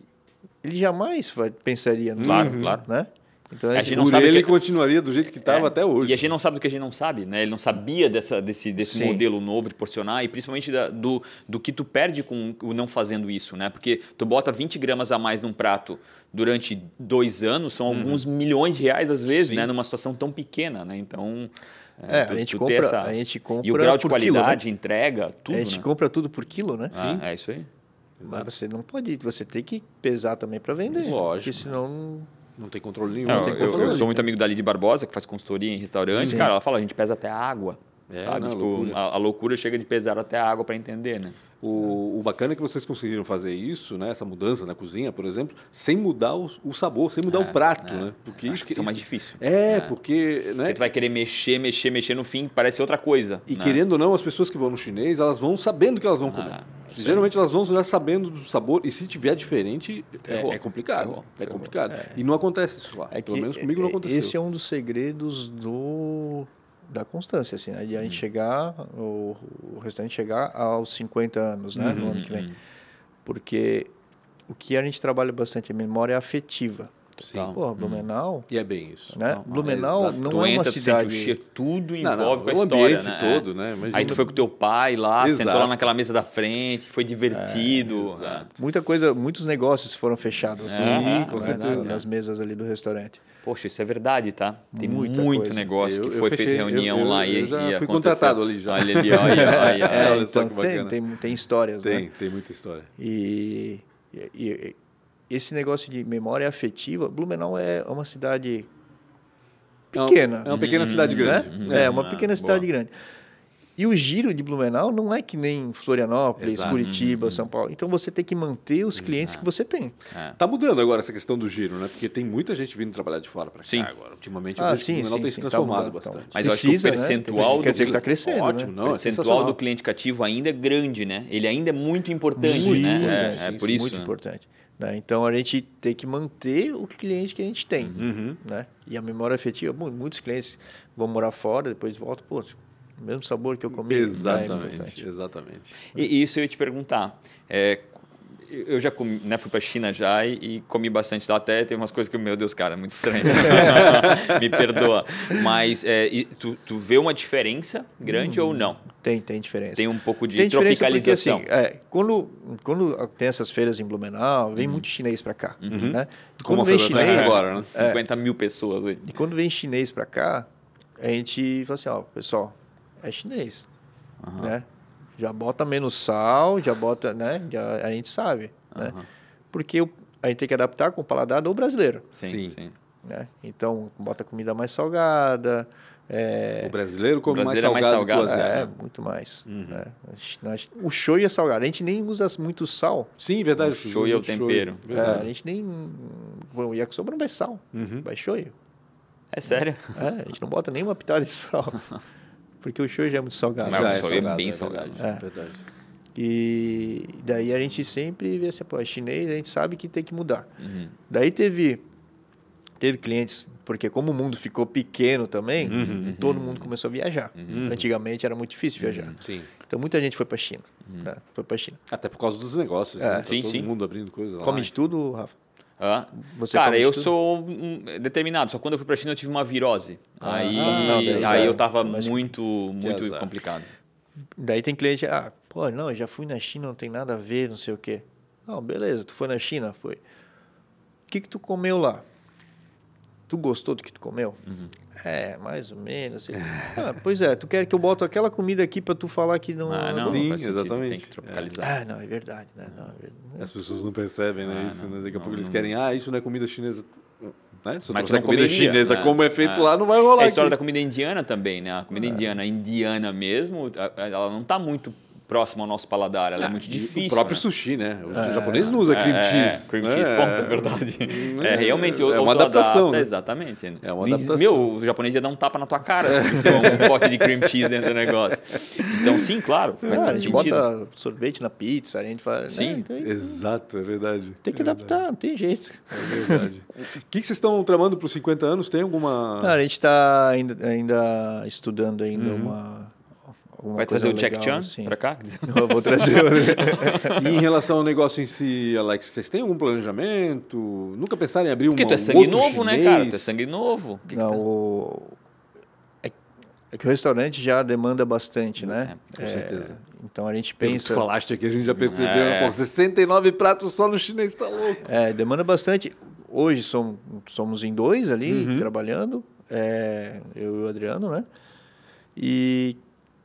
Speaker 3: ele jamais vai- pensaria no
Speaker 2: Claro, Uhum. claro.
Speaker 3: Né? Então,
Speaker 2: A
Speaker 3: a
Speaker 2: gente
Speaker 3: gente
Speaker 2: não
Speaker 1: Por
Speaker 2: sabe
Speaker 1: ele
Speaker 2: que-
Speaker 1: continuaria do jeito que estava
Speaker 2: É.
Speaker 1: até hoje.
Speaker 2: E a gente não sabe do que a gente não sabe, né? Ele não sabia dessa, desse, desse
Speaker 3: Sim.
Speaker 2: modelo novo de porcionar e principalmente da- do, do que tu perde com o não fazendo isso, né? Porque tu bota 20 gramas a mais num prato durante dois anos,
Speaker 3: Uhum.
Speaker 2: são alguns milhões de reais às vezes, né? Numa situação tão pequena, né? Então...
Speaker 3: É, a gente
Speaker 2: ter
Speaker 3: compra- a gente
Speaker 2: E o
Speaker 3: compra
Speaker 2: grau de
Speaker 3: por quilo, né?
Speaker 2: qualidade, entrega, tudo,
Speaker 3: a gente
Speaker 2: né?
Speaker 3: compra tudo por quilo, né?
Speaker 2: Ah, é isso aí.
Speaker 3: Mas você não pode, você tem que pesar também para vender.
Speaker 1: Lógico.
Speaker 3: Porque senão.
Speaker 1: Não tem controle nenhum.
Speaker 2: Não,
Speaker 1: não tem
Speaker 2: É, eu,
Speaker 1: controle.
Speaker 2: eu sou muito amigo da Lid Barbosa, que faz consultoria em restaurante.
Speaker 3: Sim.
Speaker 2: Cara, ela fala, a gente pesa até a água.
Speaker 1: É,
Speaker 2: sabe?
Speaker 1: não,
Speaker 2: tipo,
Speaker 1: loucura.
Speaker 2: A, a loucura chega de pesar até a água para entender, né?
Speaker 1: O, o bacana é que vocês conseguiram fazer isso, né? Essa mudança na cozinha, por exemplo, sem mudar o, o sabor, sem mudar
Speaker 3: Ah,
Speaker 1: o prato, né? Porque
Speaker 2: Acho
Speaker 1: isso
Speaker 2: que isso é mais
Speaker 1: isso-
Speaker 2: difícil.
Speaker 1: É,
Speaker 2: É.
Speaker 1: porque, né?
Speaker 2: Porque tu vai querer mexer, mexer, mexer no fim, parece outra coisa.
Speaker 1: E
Speaker 2: né? Ah,
Speaker 1: querendo ou não, as pessoas que vão no chinês, elas vão sabendo que elas vão comer.
Speaker 2: isso aí.
Speaker 1: Geralmente elas vão já sabendo do sabor, e se tiver diferente, é,
Speaker 2: Ferrou.
Speaker 1: é complicado.
Speaker 2: Ferrou.
Speaker 1: É
Speaker 2: Ferrou. É
Speaker 1: complicado. E não acontece isso lá. Pelo menos comigo não aconteceu.
Speaker 3: Esse é um dos segredos do, da constância, assim, né? De
Speaker 1: Uhum.
Speaker 3: a gente chegar, o, o restaurante chegar aos 50 anos, né? no ano que
Speaker 1: Uhum.
Speaker 3: vem. Porque o que a gente trabalha bastante é memória afetiva.
Speaker 1: Sim.
Speaker 3: Pô, Blumenau,
Speaker 1: E é bem isso.
Speaker 3: né?
Speaker 1: Não,
Speaker 3: Blumenau
Speaker 1: exato.
Speaker 3: não
Speaker 2: tu
Speaker 3: é
Speaker 2: entra,
Speaker 3: uma
Speaker 2: tu sente o
Speaker 3: cidade...
Speaker 2: cheiro, tudo
Speaker 1: Não,
Speaker 2: envolve
Speaker 1: não,
Speaker 2: com a
Speaker 1: o
Speaker 2: história,
Speaker 1: ambiente
Speaker 2: né? É.
Speaker 1: todo, né? Imagina.
Speaker 2: Aí tu foi com teu pai lá,
Speaker 1: Exato. É,
Speaker 2: sentou lá naquela mesa da frente, foi divertido.
Speaker 1: exato.
Speaker 3: Muita coisa, muitos negócios foram fechados.
Speaker 2: Sim,
Speaker 3: né?
Speaker 1: com
Speaker 3: Na-
Speaker 1: certeza.
Speaker 3: Nas mesas ali do restaurante.
Speaker 2: Poxa, isso é verdade, tá? Tem
Speaker 3: Muita
Speaker 2: muito
Speaker 3: coisa.
Speaker 2: negócio
Speaker 1: Eu-
Speaker 2: que
Speaker 1: eu
Speaker 2: foi
Speaker 1: fechei,
Speaker 2: feita reunião
Speaker 1: eu- eu-
Speaker 2: lá e
Speaker 1: eu já
Speaker 2: e
Speaker 1: fui
Speaker 2: aconteceu.
Speaker 1: contratado ali já.
Speaker 2: Olha ali, olha, olha,
Speaker 1: É,
Speaker 2: olha.
Speaker 1: olha só que
Speaker 3: então tem,
Speaker 1: bacana.
Speaker 3: tem, tem histórias, né?
Speaker 1: Tem, tem muita história.
Speaker 3: E, e- e- esse negócio de memória afetiva, Blumenau é uma cidade
Speaker 1: É um-
Speaker 3: pequena.
Speaker 1: É uma pequena cidade grande.
Speaker 3: Né? É, uma pequena
Speaker 2: Uhum. Ah, boa.
Speaker 3: cidade grande. E o giro de Blumenau não é que nem Florianópolis,
Speaker 1: Exato.
Speaker 3: Curitiba,
Speaker 2: Uhum.
Speaker 3: São Paulo. Então você tem que manter os clientes que você tem.
Speaker 2: É.
Speaker 1: Tá mudando agora essa questão do giro, né? Porque tem muita gente vindo trabalhar de fora para cá
Speaker 2: Sim.
Speaker 1: agora. Ultimamente, eu
Speaker 3: Ah,
Speaker 1: vejo que
Speaker 3: sim,
Speaker 1: o Tipo, Blumenau
Speaker 3: sim,
Speaker 1: tem se
Speaker 3: sim, tá
Speaker 1: transformado
Speaker 3: mudando, tá
Speaker 1: bastante.
Speaker 3: mudando.
Speaker 2: Mas eu acho que o
Speaker 3: Precisa, né?
Speaker 2: percentual
Speaker 3: Quer
Speaker 2: do-
Speaker 3: dizer que tá crescendo,
Speaker 1: Ótimo,
Speaker 3: né?
Speaker 1: não,
Speaker 2: o
Speaker 1: é
Speaker 2: percentual do
Speaker 1: sensacional.
Speaker 2: cliente cativo ainda é grande, né? Ele ainda é muito importante, né? É,
Speaker 3: importante,
Speaker 2: é,
Speaker 3: sim,
Speaker 2: por
Speaker 3: sim,
Speaker 2: isso.
Speaker 3: Muito
Speaker 2: né?
Speaker 3: importante. né? Então a gente tem que manter o cliente que a gente
Speaker 2: Uhum.
Speaker 3: tem. Né? E a memória afetiva, mu- muitos clientes vão morar fora, depois voltam, pô, o mesmo sabor que eu comi. né? É
Speaker 1: Exatamente,
Speaker 3: importante.
Speaker 1: exatamente.
Speaker 2: E e isso eu ia te perguntar. É, eu já comi, né, fui para China já e, e comi bastante lá. Até tem umas coisas que, meu Deus, cara, é muito estranho. Me perdoa. Mas é, e tu, tu vê uma diferença grande ou não?
Speaker 3: Tem, tem diferença.
Speaker 2: Tem um pouco de
Speaker 3: Tem diferença porque,
Speaker 2: tropicalização.
Speaker 3: assim, é, quando, quando tem essas feiras em Blumenau,
Speaker 2: Uhum.
Speaker 3: vem muito chinês para cá. Né? E
Speaker 1: Como
Speaker 3: quando
Speaker 1: a
Speaker 3: vem
Speaker 2: é
Speaker 1: feira da
Speaker 3: chinês,
Speaker 1: China agora, né?
Speaker 2: 50 mil pessoas aí.
Speaker 3: E quando vem chinês pra cá, a gente fala assim, ó, pessoal, é chinês, né? Já bota menos sal, já bota, né? Já, a gente sabe, né? Porque o- a gente tem que adaptar com o paladar do brasileiro,
Speaker 1: Sim.
Speaker 3: né? Então, bota comida mais salgada, é,
Speaker 1: O brasileiro come
Speaker 2: O brasileiro
Speaker 1: mais
Speaker 2: é mais
Speaker 1: salgado, que o
Speaker 2: salgado,
Speaker 1: asiático.
Speaker 3: é, muito mais. né? A gente- nós- O shoyu é salgado, a gente nem usa muito sal,
Speaker 1: Sim, verdade. um
Speaker 2: O shoyu é o tempero.
Speaker 3: é, a gente nem... Bom, o yakisoba não vai sal, vai shoyu.
Speaker 2: É sério?
Speaker 3: É, a gente não bota nenhuma pitada de sal. Porque o show já é muito salgado.
Speaker 2: Mas Já o
Speaker 3: né?
Speaker 2: shoyu é bem salgado.
Speaker 1: Verdade, é verdade.
Speaker 3: E daí a gente sempre vê assim, pô, é chinês, a gente sabe que tem que mudar.
Speaker 2: Uhum.
Speaker 3: Daí teve, teve clientes, porque como o mundo ficou pequeno também,
Speaker 2: Uhum,
Speaker 3: todo mundo começou a viajar. Antigamente era muito difícil viajar.
Speaker 2: Uhum.
Speaker 1: Sim.
Speaker 3: Então muita gente foi para China. né? Foi para China.
Speaker 1: Até por causa dos negócios. né? Tá
Speaker 2: É. Sim,
Speaker 1: todo
Speaker 2: sim.
Speaker 1: mundo abrindo coisa lá.
Speaker 3: Come de tudo, Rafa?
Speaker 2: Hã?
Speaker 3: Você
Speaker 2: Cara,
Speaker 3: come
Speaker 2: eu
Speaker 3: tudo?
Speaker 2: sou um, determinado. Só quando eu fui para China eu tive uma virose.
Speaker 1: Ah,
Speaker 2: aí
Speaker 3: não, daí já-
Speaker 1: é.
Speaker 2: aí eu tava
Speaker 3: mas-
Speaker 2: muito, muito
Speaker 1: azar.
Speaker 2: complicado.
Speaker 3: Daí tem cliente, ah, pô, não, eu já fui na China, não tem nada a ver, não sei o quê. Não, beleza, tu foi na China, foi. O que que tu comeu lá? Tu gostou do que tu comeu?
Speaker 2: Uhum.
Speaker 3: É, mais ou menos. sei lá. Ah, pois é, tu quer que eu boto aquela comida aqui pra tu falar que não... é
Speaker 2: Ah, não, tá.
Speaker 1: Sim,
Speaker 2: não faz sentido, Tem
Speaker 1: exatamente.
Speaker 2: que tropicalizar.
Speaker 3: Ah, não, é verdade, né? Não, é verdade.
Speaker 1: As pessoas não percebem, né? isso, né? Daqui a
Speaker 2: Ah, não,
Speaker 1: pouco eles
Speaker 2: não.
Speaker 1: querem, ah, isso não é comida chinesa. Né? Se eu
Speaker 2: Mas
Speaker 1: trouxer
Speaker 2: não
Speaker 1: comida
Speaker 2: comeria,
Speaker 1: chinesa
Speaker 2: né?
Speaker 1: como é feito
Speaker 2: É.
Speaker 1: lá, não vai rolar
Speaker 2: É a história da
Speaker 1: aqui. É.
Speaker 2: comida indiana também, né? A comida indiana, indiana mesmo, a- a- ela não está muito próxima ao nosso paladar, ela é muito
Speaker 1: Ah, E
Speaker 2: difícil.
Speaker 1: O próprio
Speaker 2: né?
Speaker 1: sushi, né? O japonês não usa cream
Speaker 2: é,
Speaker 1: cheese.
Speaker 2: É, cream
Speaker 1: né?
Speaker 2: cheese, ponto, é verdade. É, realmente,
Speaker 1: é
Speaker 2: ou- ou
Speaker 1: uma
Speaker 2: tu
Speaker 1: adaptação,
Speaker 2: adapta,
Speaker 1: né?
Speaker 2: Exatamente. né?
Speaker 1: É uma
Speaker 2: Diz-
Speaker 1: adaptação.
Speaker 2: Meu, o japonês ia dar um tapa na tua cara se é um pote de cream cheese dentro do negócio. Então, sim, claro, faz
Speaker 3: Ah, a
Speaker 2: todo
Speaker 3: gente
Speaker 2: sentido.
Speaker 3: bota sorvete na pizza, a gente fala...
Speaker 2: Sim,
Speaker 3: né, tem,
Speaker 1: Exato, é verdade.
Speaker 3: tem que
Speaker 1: É verdade,
Speaker 3: adaptar, não tem jeito.
Speaker 1: É verdade. O que que vocês estão tramando para os 50 anos? Tem alguma...
Speaker 3: Cara, a gente está ainda, ainda estudando ainda uma... alguma
Speaker 2: Uhum. Vai
Speaker 3: coisa
Speaker 2: trazer o Jack
Speaker 3: legal,
Speaker 2: Chan
Speaker 3: assim.
Speaker 2: pra cá?
Speaker 3: Eu vou trazer.
Speaker 1: E
Speaker 3: o-
Speaker 1: em relação ao negócio em si, Alex, vocês têm algum planejamento? Nunca pensaram em abrir um
Speaker 2: Porque tu é
Speaker 1: um
Speaker 2: sangue
Speaker 1: outro
Speaker 2: novo, né,
Speaker 1: chinês?
Speaker 2: cara? Tu é sangue novo. Que que
Speaker 3: Não,
Speaker 2: tá-
Speaker 3: o... é, é que o restaurante já demanda bastante, né?
Speaker 1: É, com certeza.
Speaker 3: Então a gente
Speaker 1: Pelo que tu
Speaker 3: pensa.
Speaker 1: falaste aqui, a gente já percebeu.
Speaker 2: É.
Speaker 1: Pô, 69 pratos só no chinês, tá louco.
Speaker 3: É, demanda bastante. Hoje somos, somos em dois ali,
Speaker 1: Uhum.
Speaker 3: trabalhando. é, eu e o Adriano, né? E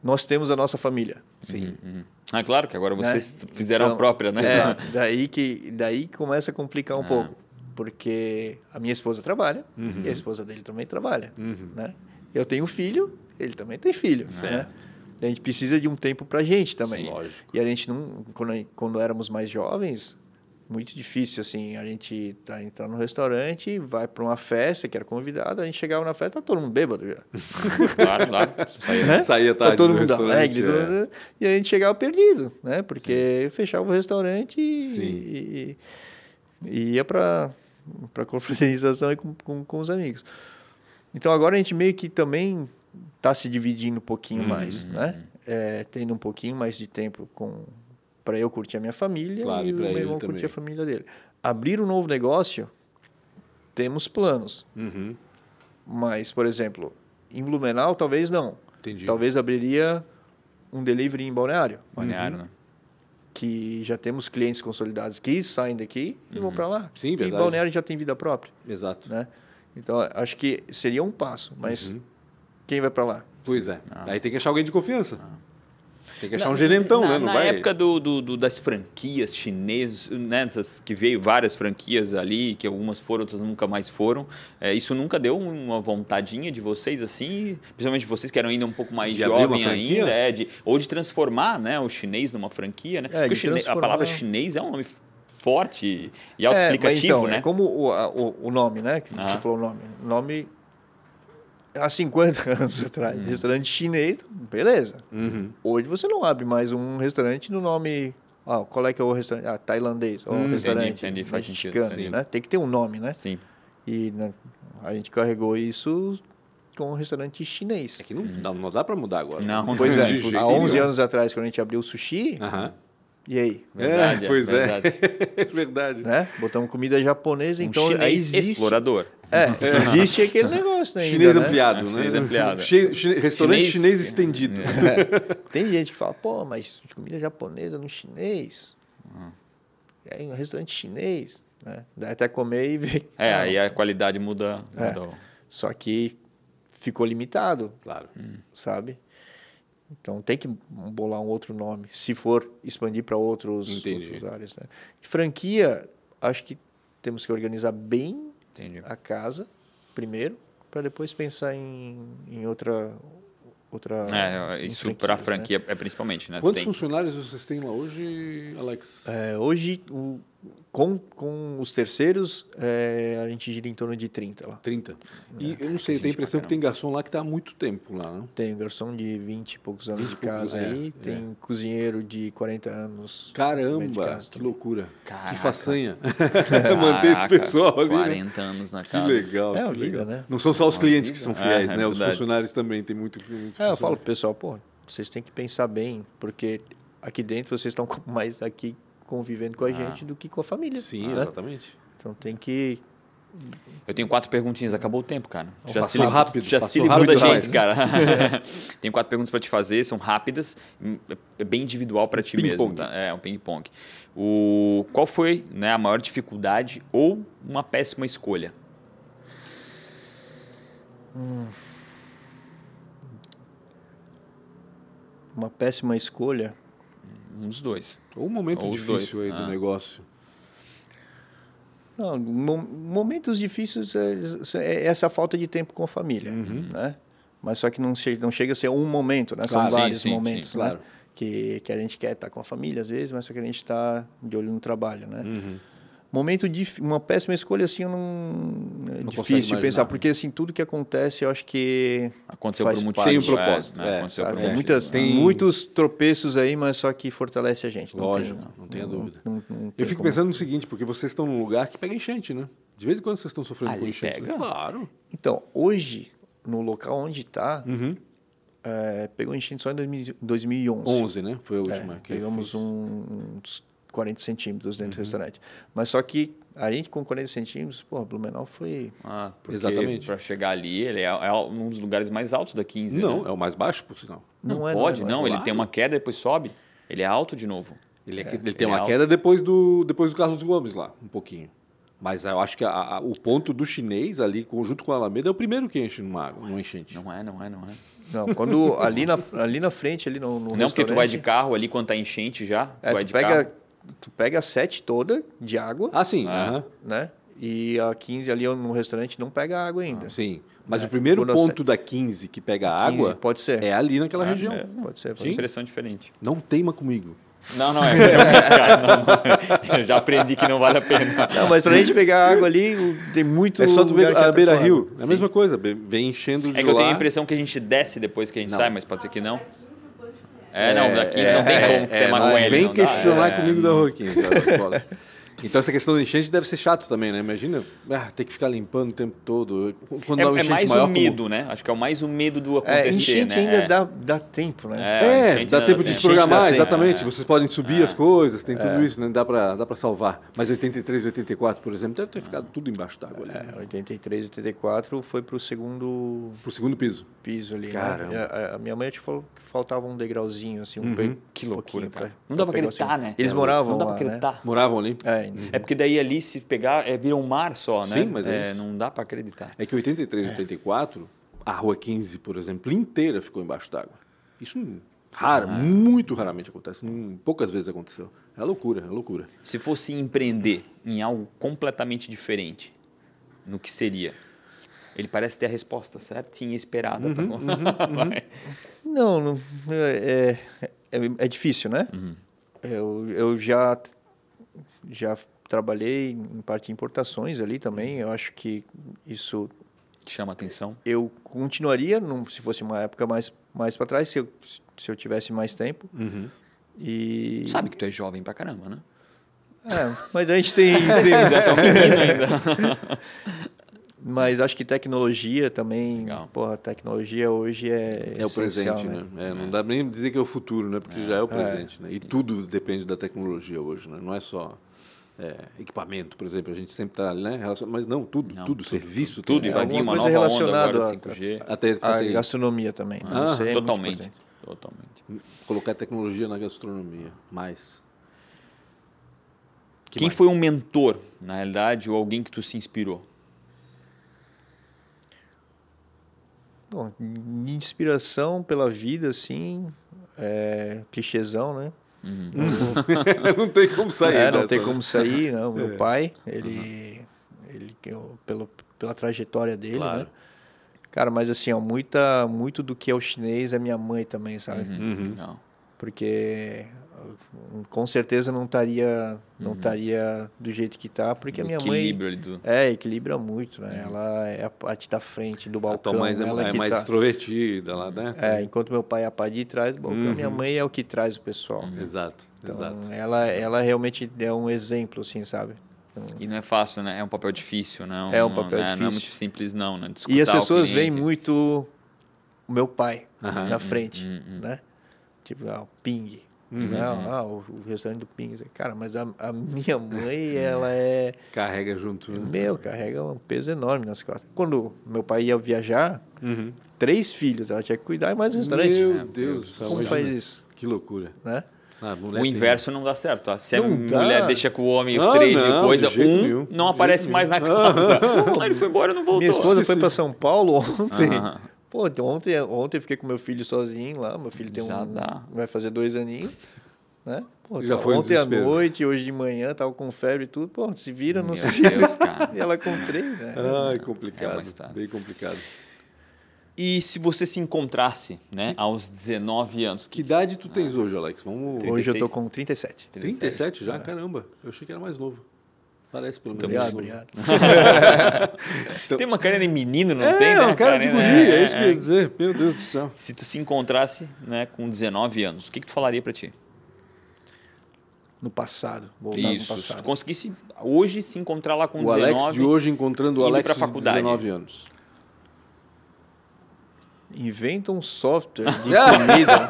Speaker 3: nós temos a nossa família.
Speaker 1: Sim.
Speaker 2: Uhum. Ah, claro que agora
Speaker 3: né?
Speaker 2: vocês fizeram
Speaker 3: Então,
Speaker 2: a própria, né? Ah.
Speaker 3: é, daí, que, daí que começa a complicar um pouco. Porque a minha esposa trabalha
Speaker 2: Uhum.
Speaker 3: e a esposa dele também trabalha. Né? Eu tenho filho, ele também tem filho. né? A gente precisa de um tempo para gente também.
Speaker 1: Sim, lógico.
Speaker 3: E a gente não, quando, a- quando éramos mais jovens, muito difícil assim. A gente tá entrar no restaurante, vai para uma festa, que era convidado, a gente chegava na festa, tá todo mundo bêbado já.
Speaker 2: Claro, claro. é
Speaker 3: Né?
Speaker 1: Saía
Speaker 3: Tá
Speaker 1: tarde
Speaker 3: todo
Speaker 1: do
Speaker 3: mundo
Speaker 1: restaurante,
Speaker 3: alegre.
Speaker 1: é.
Speaker 3: todo- E a gente chegava perdido, né? Porque fechava o restaurante e,
Speaker 1: Sim.
Speaker 3: e- e ia para para confraternização e com, com, com os amigos. Então agora a gente meio que também está se dividindo um pouquinho
Speaker 1: Uhum,
Speaker 3: mais, né? É, tendo um pouquinho mais de tempo com para eu curtir a minha família
Speaker 1: Claro, e
Speaker 3: e o
Speaker 1: pra
Speaker 3: meu
Speaker 1: ele
Speaker 3: irmão
Speaker 1: também.
Speaker 3: curtir a família dele. Abrir um novo negócio, temos planos.
Speaker 1: Uhum,
Speaker 3: Mas, por exemplo, em Blumenau, talvez não.
Speaker 1: entendi.
Speaker 3: Talvez abriria um delivery em Balneário,
Speaker 2: Balneário, né?
Speaker 3: que já temos clientes consolidados que saem daqui e vão para lá.
Speaker 1: Uhum. Sim,
Speaker 3: E
Speaker 1: verdade.
Speaker 3: Balneário já tem vida própria,
Speaker 1: Exato.
Speaker 3: né? Então, acho que seria um passo, mas
Speaker 1: Uhum.
Speaker 3: quem vai para lá?
Speaker 1: Pois é. Aí tem que achar alguém de confiança. Tem que achar
Speaker 2: Na-
Speaker 1: um
Speaker 3: então,
Speaker 1: gerentão,
Speaker 2: na,
Speaker 1: né? Não
Speaker 2: na
Speaker 1: vai...
Speaker 2: época do, do- do- das franquias chinesas, né, essas que veio várias franquias ali, que algumas foram, outras nunca mais foram, é, isso nunca deu uma vontadinha de vocês, assim? Principalmente vocês que eram ainda um pouco mais
Speaker 1: De abrir uma
Speaker 2: jovem
Speaker 1: franquia?
Speaker 2: ainda, é, de- ou de transformar né, o chinês numa franquia, né?
Speaker 3: É,
Speaker 2: Porque
Speaker 3: de
Speaker 2: o chine- a
Speaker 3: transformar- É,
Speaker 2: palavra chinês é um nome f- forte e
Speaker 3: mas
Speaker 2: autoexplicativo,
Speaker 3: então,
Speaker 2: né?
Speaker 3: É como o, a- o, o nome, né? Que
Speaker 2: Ah.
Speaker 3: você falou o nome. O nome há 50 anos atrás.
Speaker 2: Uhum.
Speaker 3: Restaurante chinês, beleza.
Speaker 1: Uhum.
Speaker 3: Hoje você não abre mais um restaurante no nome. Ah, qual é que é o restaurante? Ah, tailandês. Ou
Speaker 1: Hum,
Speaker 3: restaurante
Speaker 2: entendi, entendi, faz sentido,
Speaker 3: mexicano,
Speaker 1: sim.
Speaker 3: né? Tem que ter um nome, né?
Speaker 2: Sim.
Speaker 3: E né, a gente carregou isso com o restaurante chinês.
Speaker 1: É que não, dá- não dá pra mudar agora.
Speaker 2: Não.
Speaker 3: Pois é,
Speaker 1: De jeito
Speaker 3: há 11
Speaker 1: nenhum.
Speaker 3: anos atrás, quando a gente abriu o sushi,
Speaker 1: Aham.
Speaker 3: e aí?
Speaker 2: Verdade,
Speaker 1: é, pois é.
Speaker 2: verdade.
Speaker 1: É verdade.
Speaker 3: Né? Botamos comida japonesa,
Speaker 2: Um
Speaker 3: então aí
Speaker 2: chinês
Speaker 3: existe.
Speaker 2: explorador.
Speaker 3: É, existe aquele negócio ainda,
Speaker 1: Chinês
Speaker 3: né?
Speaker 1: ampliado,
Speaker 2: É,
Speaker 1: né?
Speaker 2: chinês ampliado.
Speaker 1: Chi- chi- restaurante
Speaker 2: Chinês- É.
Speaker 1: chinês, estendido.
Speaker 3: Tem gente que fala, pô, mas comida japonesa no chinês. É um restaurante chinês, né? Dá até comer e ver.
Speaker 2: É, aí a qualidade muda.
Speaker 3: É.
Speaker 2: muda o-
Speaker 3: Só que ficou limitado,
Speaker 1: Claro.
Speaker 2: Hum.
Speaker 3: sabe? Então tem que bolar um outro nome, se for expandir para outros,
Speaker 1: Entendi.
Speaker 3: outros áreas. Né? Franquia, acho que temos que organizar bem
Speaker 2: Entendi.
Speaker 3: a casa primeiro, para depois pensar em, em outra outra.
Speaker 2: É,
Speaker 3: em
Speaker 2: isso para a
Speaker 3: franquias, né?
Speaker 2: franquia é principalmente, né?
Speaker 1: Quantos
Speaker 2: Tem-
Speaker 1: funcionários vocês têm lá hoje, Alex?
Speaker 3: É, hoje, o- com, com os terceiros, é, a gente gira em torno de 30 lá.
Speaker 1: 30.
Speaker 2: É,
Speaker 1: E eu não sei, eu tenho a impressão que tem garçom lá que está há muito tempo lá, né?
Speaker 3: Tem garçom de 20 e poucos anos de
Speaker 1: poucos,
Speaker 3: casa
Speaker 1: é,
Speaker 3: aí, tem cozinheiro de 40 anos. também de
Speaker 1: Caramba,
Speaker 3: casa
Speaker 1: que
Speaker 3: também.
Speaker 1: loucura.
Speaker 2: Caraca.
Speaker 1: Que façanha. É, Manter esse
Speaker 2: Caraca,
Speaker 1: pessoal ali. né?
Speaker 2: 40 anos na
Speaker 1: Que
Speaker 2: casa.
Speaker 1: legal.
Speaker 3: É a
Speaker 1: que
Speaker 3: vida,
Speaker 1: legal.
Speaker 3: né?
Speaker 1: Não são só os clientes que são
Speaker 2: vida.
Speaker 1: fiéis,
Speaker 2: É, é
Speaker 1: né? Os
Speaker 2: verdade.
Speaker 1: funcionários também, tem muito cliente.
Speaker 3: É, eu falo pro pessoal, pô, vocês têm que pensar bem, porque aqui dentro vocês estão com- mais aqui convivendo com a gente do que com a família.
Speaker 1: Ah. Sim,
Speaker 3: né?
Speaker 1: exatamente.
Speaker 3: Então tem que.
Speaker 2: Eu tenho quatro perguntinhas, acabou o tempo, cara. Tu já
Speaker 1: Passou
Speaker 2: se livrou,
Speaker 1: rápido,
Speaker 2: tu já se
Speaker 1: passou
Speaker 2: livrou da
Speaker 1: rápido
Speaker 2: gente,
Speaker 1: demais.
Speaker 2: cara. Tenho quatro perguntas para te fazer, são rápidas, é bem individual para ti mesmo.
Speaker 1: ping-pong.
Speaker 2: Tá? É, um ping-pong. O... Qual foi né, a maior dificuldade ou uma péssima escolha?
Speaker 3: Uma péssima escolha.
Speaker 2: Um dos dois.
Speaker 1: Ou um momento
Speaker 2: Ou os
Speaker 1: difícil
Speaker 2: dois,
Speaker 1: aí do
Speaker 2: ah.
Speaker 1: negócio.
Speaker 3: Não, mo- momentos difíceis é, é essa falta de tempo com a família,
Speaker 1: Uhum.
Speaker 3: né? Mas só que não chega, não chega a ser um momento, né? São
Speaker 2: Claro, sim,
Speaker 3: vários
Speaker 2: sim,
Speaker 3: momentos,
Speaker 1: sim,
Speaker 3: né?
Speaker 1: claro.
Speaker 3: Que, que a gente quer estar com a família às vezes, mas só que a gente está de olho no trabalho, né?
Speaker 1: Uhum.
Speaker 3: Momento dif... uma péssima escolha assim, eu não é
Speaker 1: consegue
Speaker 3: difícil
Speaker 1: imaginar,
Speaker 3: pensar,
Speaker 1: né?
Speaker 3: porque assim tudo que acontece, eu acho que
Speaker 2: Aconteceu
Speaker 3: Faz
Speaker 2: por um motivo.
Speaker 3: parte,
Speaker 1: Tem um propósito,
Speaker 2: É, né,
Speaker 1: é,
Speaker 2: aconteceu por
Speaker 3: sabe?
Speaker 2: um motivo.
Speaker 3: Tem muitas,
Speaker 1: Tem-
Speaker 3: muitos tropeços aí, mas só que fortalece a gente. não
Speaker 1: Lógico,
Speaker 3: tem-
Speaker 1: não tenha dúvida.
Speaker 3: não- não tem
Speaker 1: Eu fico
Speaker 3: como-
Speaker 1: pensando no seguinte, porque vocês estão num lugar que pega enchente, né? De vez em quando vocês estão sofrendo
Speaker 2: Ali
Speaker 1: com enchente.
Speaker 2: Ah,
Speaker 1: né?
Speaker 2: pega?
Speaker 1: Claro.
Speaker 3: Então, hoje, no local onde está,
Speaker 2: Uhum.
Speaker 3: é, pegou enchente só em 2000 2011.
Speaker 1: 11, né? Foi a
Speaker 3: É,
Speaker 1: última. que
Speaker 3: pegamos um- uns 40 centímetros
Speaker 2: Uhum.
Speaker 3: dentro do restaurante. Mas só que a gente com 40 centímetros, pô, Blumenau foi...
Speaker 2: Ah, porque
Speaker 1: Exatamente.
Speaker 2: Para chegar ali, ele é, é um dos lugares mais altos da 15. né?
Speaker 1: Não, é o mais baixo, por sinal.
Speaker 2: Não,
Speaker 3: é,
Speaker 2: pode,
Speaker 3: é,
Speaker 2: não.
Speaker 3: é.
Speaker 2: ele
Speaker 1: claro.
Speaker 2: tem uma queda, depois sobe. Ele é alto de novo.
Speaker 1: Ele, é que- ele tem
Speaker 2: ele é
Speaker 1: uma
Speaker 2: alto.
Speaker 1: queda depois do, depois do Carlos Gomes lá, um pouquinho. Mas eu acho que a- a- o ponto do chinês ali, conjunto com a Alameda, é o primeiro que enche numa água, numa enchente.
Speaker 2: Não é, não é, não é.
Speaker 3: Não, quando ali na, ali na frente, ali no, no
Speaker 2: Não, porque tu vai de
Speaker 3: Um restaurante,
Speaker 2: carro ali quando tá enchente já.
Speaker 3: é,
Speaker 2: tu vai
Speaker 3: tu
Speaker 2: de
Speaker 3: pega,
Speaker 2: carro.
Speaker 3: tu pega a sete toda de água,
Speaker 1: Ah, sim. aham.
Speaker 3: né? E a 15 ali no restaurante não pega água ainda.
Speaker 2: Ah.
Speaker 1: Sim. Mas
Speaker 3: É,
Speaker 1: o primeiro
Speaker 3: quando eu
Speaker 1: ponto da 15 que pega a
Speaker 3: 15,
Speaker 1: água
Speaker 3: pode ser.
Speaker 1: é ali naquela
Speaker 2: É,
Speaker 1: região.
Speaker 2: é.
Speaker 3: Pode ser,
Speaker 2: Uma
Speaker 3: pode ser.
Speaker 2: expressão diferente.
Speaker 1: Não teima comigo.
Speaker 2: Não, não, é muito caro. não, não. Eu já aprendi que não vale a pena.
Speaker 3: Não, mas pra gente pegar água ali, o- tem muito.
Speaker 1: é só tu
Speaker 3: lugar
Speaker 1: ver
Speaker 3: que tá
Speaker 1: a Beira
Speaker 3: com água.
Speaker 1: Rio. É a mesma coisa. be- Vem enchendo de
Speaker 2: É que eu
Speaker 1: lá.
Speaker 2: tenho a impressão que a gente desce depois que a gente
Speaker 1: Não.
Speaker 2: sai, mas pode ser que não. É, não, da 15 não tem
Speaker 1: É,
Speaker 2: como
Speaker 1: é,
Speaker 2: ter
Speaker 1: não
Speaker 2: com ele.
Speaker 1: Vem
Speaker 2: não dá.
Speaker 1: questionar
Speaker 2: É.
Speaker 1: comigo da Roquinha. cara, bolas. Então essa questão da enchente deve ser chato também, né? Imagina ah, ter que ficar limpando o tempo todo. Quando
Speaker 2: É,
Speaker 1: dá uma
Speaker 2: é
Speaker 1: enchente
Speaker 2: mais
Speaker 1: maior,
Speaker 2: o medo, né? Acho que é o mais o medo do
Speaker 3: É,
Speaker 2: acontecer,
Speaker 3: enchente
Speaker 2: né?
Speaker 3: ainda
Speaker 2: É.
Speaker 3: dá, dá tempo, né?
Speaker 1: como-
Speaker 2: É,
Speaker 1: É,
Speaker 2: enchente é.
Speaker 1: dá
Speaker 2: dá
Speaker 1: tempo de
Speaker 2: tempo.
Speaker 1: desprogramar,
Speaker 3: Enchente dá tempo.
Speaker 1: exatamente. Vocês podem subir as coisas, tem
Speaker 2: É.
Speaker 1: tudo isso, né? Dá pra, dá pra salvar. Mas 83, 84, por exemplo, deve ter ficado tudo embaixo d'água ali. né?
Speaker 3: É, 83, 84 foi pro segundo
Speaker 1: Pro segundo piso.
Speaker 3: piso ali. né?
Speaker 1: Caramba.
Speaker 3: A- A, a minha mãe te falou que faltava um degrauzinho, assim, um pe... Que loucura,
Speaker 2: Uhum. cara. Não dá pra gritar, né?
Speaker 3: assim. Eles moravam
Speaker 2: Não dá pra
Speaker 3: lá, né?
Speaker 2: gritar.
Speaker 1: Moravam ali?
Speaker 3: É,
Speaker 2: É porque daí ali se pegar, é, vira um mar só, né?
Speaker 1: Sim, mas é isso.
Speaker 2: Não dá pra acreditar.
Speaker 1: É que 83, 84, a Rua 15, por exemplo, inteira ficou embaixo d'água. Isso hum, raro, muito raramente acontece. hum, Poucas vezes aconteceu. É loucura, é loucura.
Speaker 2: Se fosse empreender em algo completamente diferente, no que seria? Ele parece ter a resposta certinha, esperada. tá bom?
Speaker 3: Não, não- é, é, é- é difícil, né?
Speaker 2: Uhum.
Speaker 3: Eu, eu já, já trabalhei em parte de importações ali também. Eu acho que isso
Speaker 2: Chama atenção.
Speaker 3: eu continuaria, num, se fosse uma época mais, mais para trás, se eu, se eu tivesse mais tempo.
Speaker 1: Uhum.
Speaker 3: E.
Speaker 2: Tu sabe que tu é jovem pra caramba, né?
Speaker 3: É, mas a gente tem. tem-
Speaker 2: Zé tá um menino ainda.
Speaker 3: mas acho que tecnologia também.
Speaker 2: Legal.
Speaker 3: Porra, a tecnologia hoje é.
Speaker 1: É o
Speaker 3: essencial,
Speaker 1: presente, né? É, não dá nem dizer que é o futuro, né? Porque já é o presente, né? E tudo depende da tecnologia hoje, né? Não é só é, equipamento, por exemplo. A gente sempre está, né? relacionado- Mas não, tudo,
Speaker 2: Não,
Speaker 1: tudo, serviço, tudo.
Speaker 2: Tudo, e vai
Speaker 1: É, um
Speaker 2: vir uma
Speaker 3: alguma
Speaker 2: nova
Speaker 3: coisa
Speaker 2: onda agora de
Speaker 3: relacionada à-
Speaker 2: 5G.
Speaker 1: Até,
Speaker 3: A
Speaker 1: até
Speaker 3: Ah, gastronomia também. né?
Speaker 1: Ah,
Speaker 3: Isso é muito
Speaker 2: totalmente.
Speaker 3: importante.
Speaker 2: Totalmente.
Speaker 1: colocar tecnologia na gastronomia. Mais. Que
Speaker 2: Quem
Speaker 1: mais?
Speaker 2: foi um mentor, na realidade, ou alguém que tu se inspirou?
Speaker 3: Bom, de inspiração pela vida, assim, é, clichêzão, né?
Speaker 1: não tem como sair.
Speaker 3: É, não
Speaker 1: dessa, É.
Speaker 3: tem
Speaker 1: né?
Speaker 3: como sair, não. Meu pai, ele, ele que eu- pelo, pela trajetória dele,
Speaker 1: Claro.
Speaker 3: né? Cara, mas assim, ó, muita, muito do que é o chinês é minha mãe também, sabe?
Speaker 1: Uhum.
Speaker 2: Não.
Speaker 3: Porque ó, com certeza não estaria não
Speaker 1: Uhum.
Speaker 3: estaria do jeito que tá, porque a minha mãe
Speaker 2: Equilíbrio ali do...
Speaker 3: é, equilibra muito, né? Ela é a parte da frente do
Speaker 1: Uhum. A tua
Speaker 3: balcão,
Speaker 1: mãe é,
Speaker 3: ela
Speaker 1: é
Speaker 3: que
Speaker 1: mais
Speaker 3: tá-
Speaker 1: extrovertida lá, né?
Speaker 3: É, enquanto meu pai é a parte de trás do balcão, minha mãe é o que traz o pessoal.
Speaker 1: Exato,
Speaker 3: Então,
Speaker 1: Uhum. exato.
Speaker 3: Ela, ela realmente é um exemplo, assim, sabe? Então,
Speaker 2: E não é fácil, né? É um papel difícil, né?
Speaker 3: É um papel
Speaker 2: né? Não é
Speaker 3: difícil.
Speaker 2: muito simples, não, né? De
Speaker 3: e as
Speaker 1: tá
Speaker 2: escutar o
Speaker 3: pessoas veem
Speaker 2: cliente.
Speaker 3: muito o meu pai
Speaker 1: Aham. Uhum,
Speaker 3: na frente, né? Tipo, ah, o Ping. né? Ah, o, o restaurante do Ping. Cara, mas a, a minha mãe, ela é...
Speaker 1: Carrega junto. né?
Speaker 3: Meu, carrega um peso enorme nas costas. Quando meu pai ia viajar, três filhos, ela tinha que cuidar e mais um restaurante.
Speaker 1: Uhum. Meu Deus do céu.
Speaker 3: Como
Speaker 1: imagina.
Speaker 3: faz isso,
Speaker 1: Que loucura.
Speaker 3: né?
Speaker 1: Ah, a mulher
Speaker 2: O
Speaker 1: tem-
Speaker 2: inverso não dá certo. Tá? Se a
Speaker 3: Não dá.
Speaker 2: mulher deixa com o homem os
Speaker 1: Ah,
Speaker 2: três
Speaker 1: não,
Speaker 2: e coisa,
Speaker 1: de jeito
Speaker 2: um
Speaker 1: nenhum, de
Speaker 2: não aparece
Speaker 1: jeito
Speaker 2: mais na casa. Não, ele foi embora e não voltou. Ah,
Speaker 3: Minha esposa foi
Speaker 1: Esqueci.
Speaker 3: para São Paulo ontem.
Speaker 2: Aham.
Speaker 3: Pô, então ontem, ontem eu fiquei com meu filho sozinho lá. Meu filho tem
Speaker 2: Já
Speaker 3: um.
Speaker 2: dá.
Speaker 3: Vai fazer dois aninhos. Né? Pô,
Speaker 1: Já
Speaker 3: tá-
Speaker 1: foi um
Speaker 3: ontem à
Speaker 1: desespero.
Speaker 3: noite, hoje de manhã, tava com febre e tudo. Pô, se vira, não
Speaker 2: Meu
Speaker 3: se
Speaker 2: Deus,
Speaker 3: vira.
Speaker 2: cara.
Speaker 3: E ela com três, né?
Speaker 1: Ai,
Speaker 2: É
Speaker 1: complicado.
Speaker 2: uma história.
Speaker 1: bem complicado.
Speaker 2: E se você se encontrasse, né, aos 19 anos?
Speaker 1: Que
Speaker 2: Que...
Speaker 1: idade tu tens hoje, Alex? Vamos...
Speaker 2: Trinta.
Speaker 3: hoje eu tô
Speaker 2: 36.
Speaker 3: com 37.
Speaker 1: 37 já? Caramba. Eu achei que era mais novo. Parece pelo menos.
Speaker 3: Obrigado,
Speaker 1: mais novo.
Speaker 3: obrigado.
Speaker 2: Tem uma carinha de menino, não tem?
Speaker 1: É,
Speaker 2: né?
Speaker 1: um cara de
Speaker 2: Carinha,
Speaker 1: guri,
Speaker 2: né?
Speaker 1: é isso que eu ia
Speaker 2: É.
Speaker 1: dizer. Meu Deus do céu.
Speaker 2: Se tu se encontrasse, né, com 19 anos, o que, que tu falaria pra ti?
Speaker 3: No passado. Voltar no
Speaker 2: Isso, se tu
Speaker 3: passado.
Speaker 2: conseguisse hoje se encontrar lá com
Speaker 1: O
Speaker 2: 19...
Speaker 1: Alex de hoje encontrando o
Speaker 2: indo
Speaker 1: Alex
Speaker 2: pra
Speaker 1: de
Speaker 2: faculdade.
Speaker 1: 19 anos.
Speaker 3: Inventa um software de comida.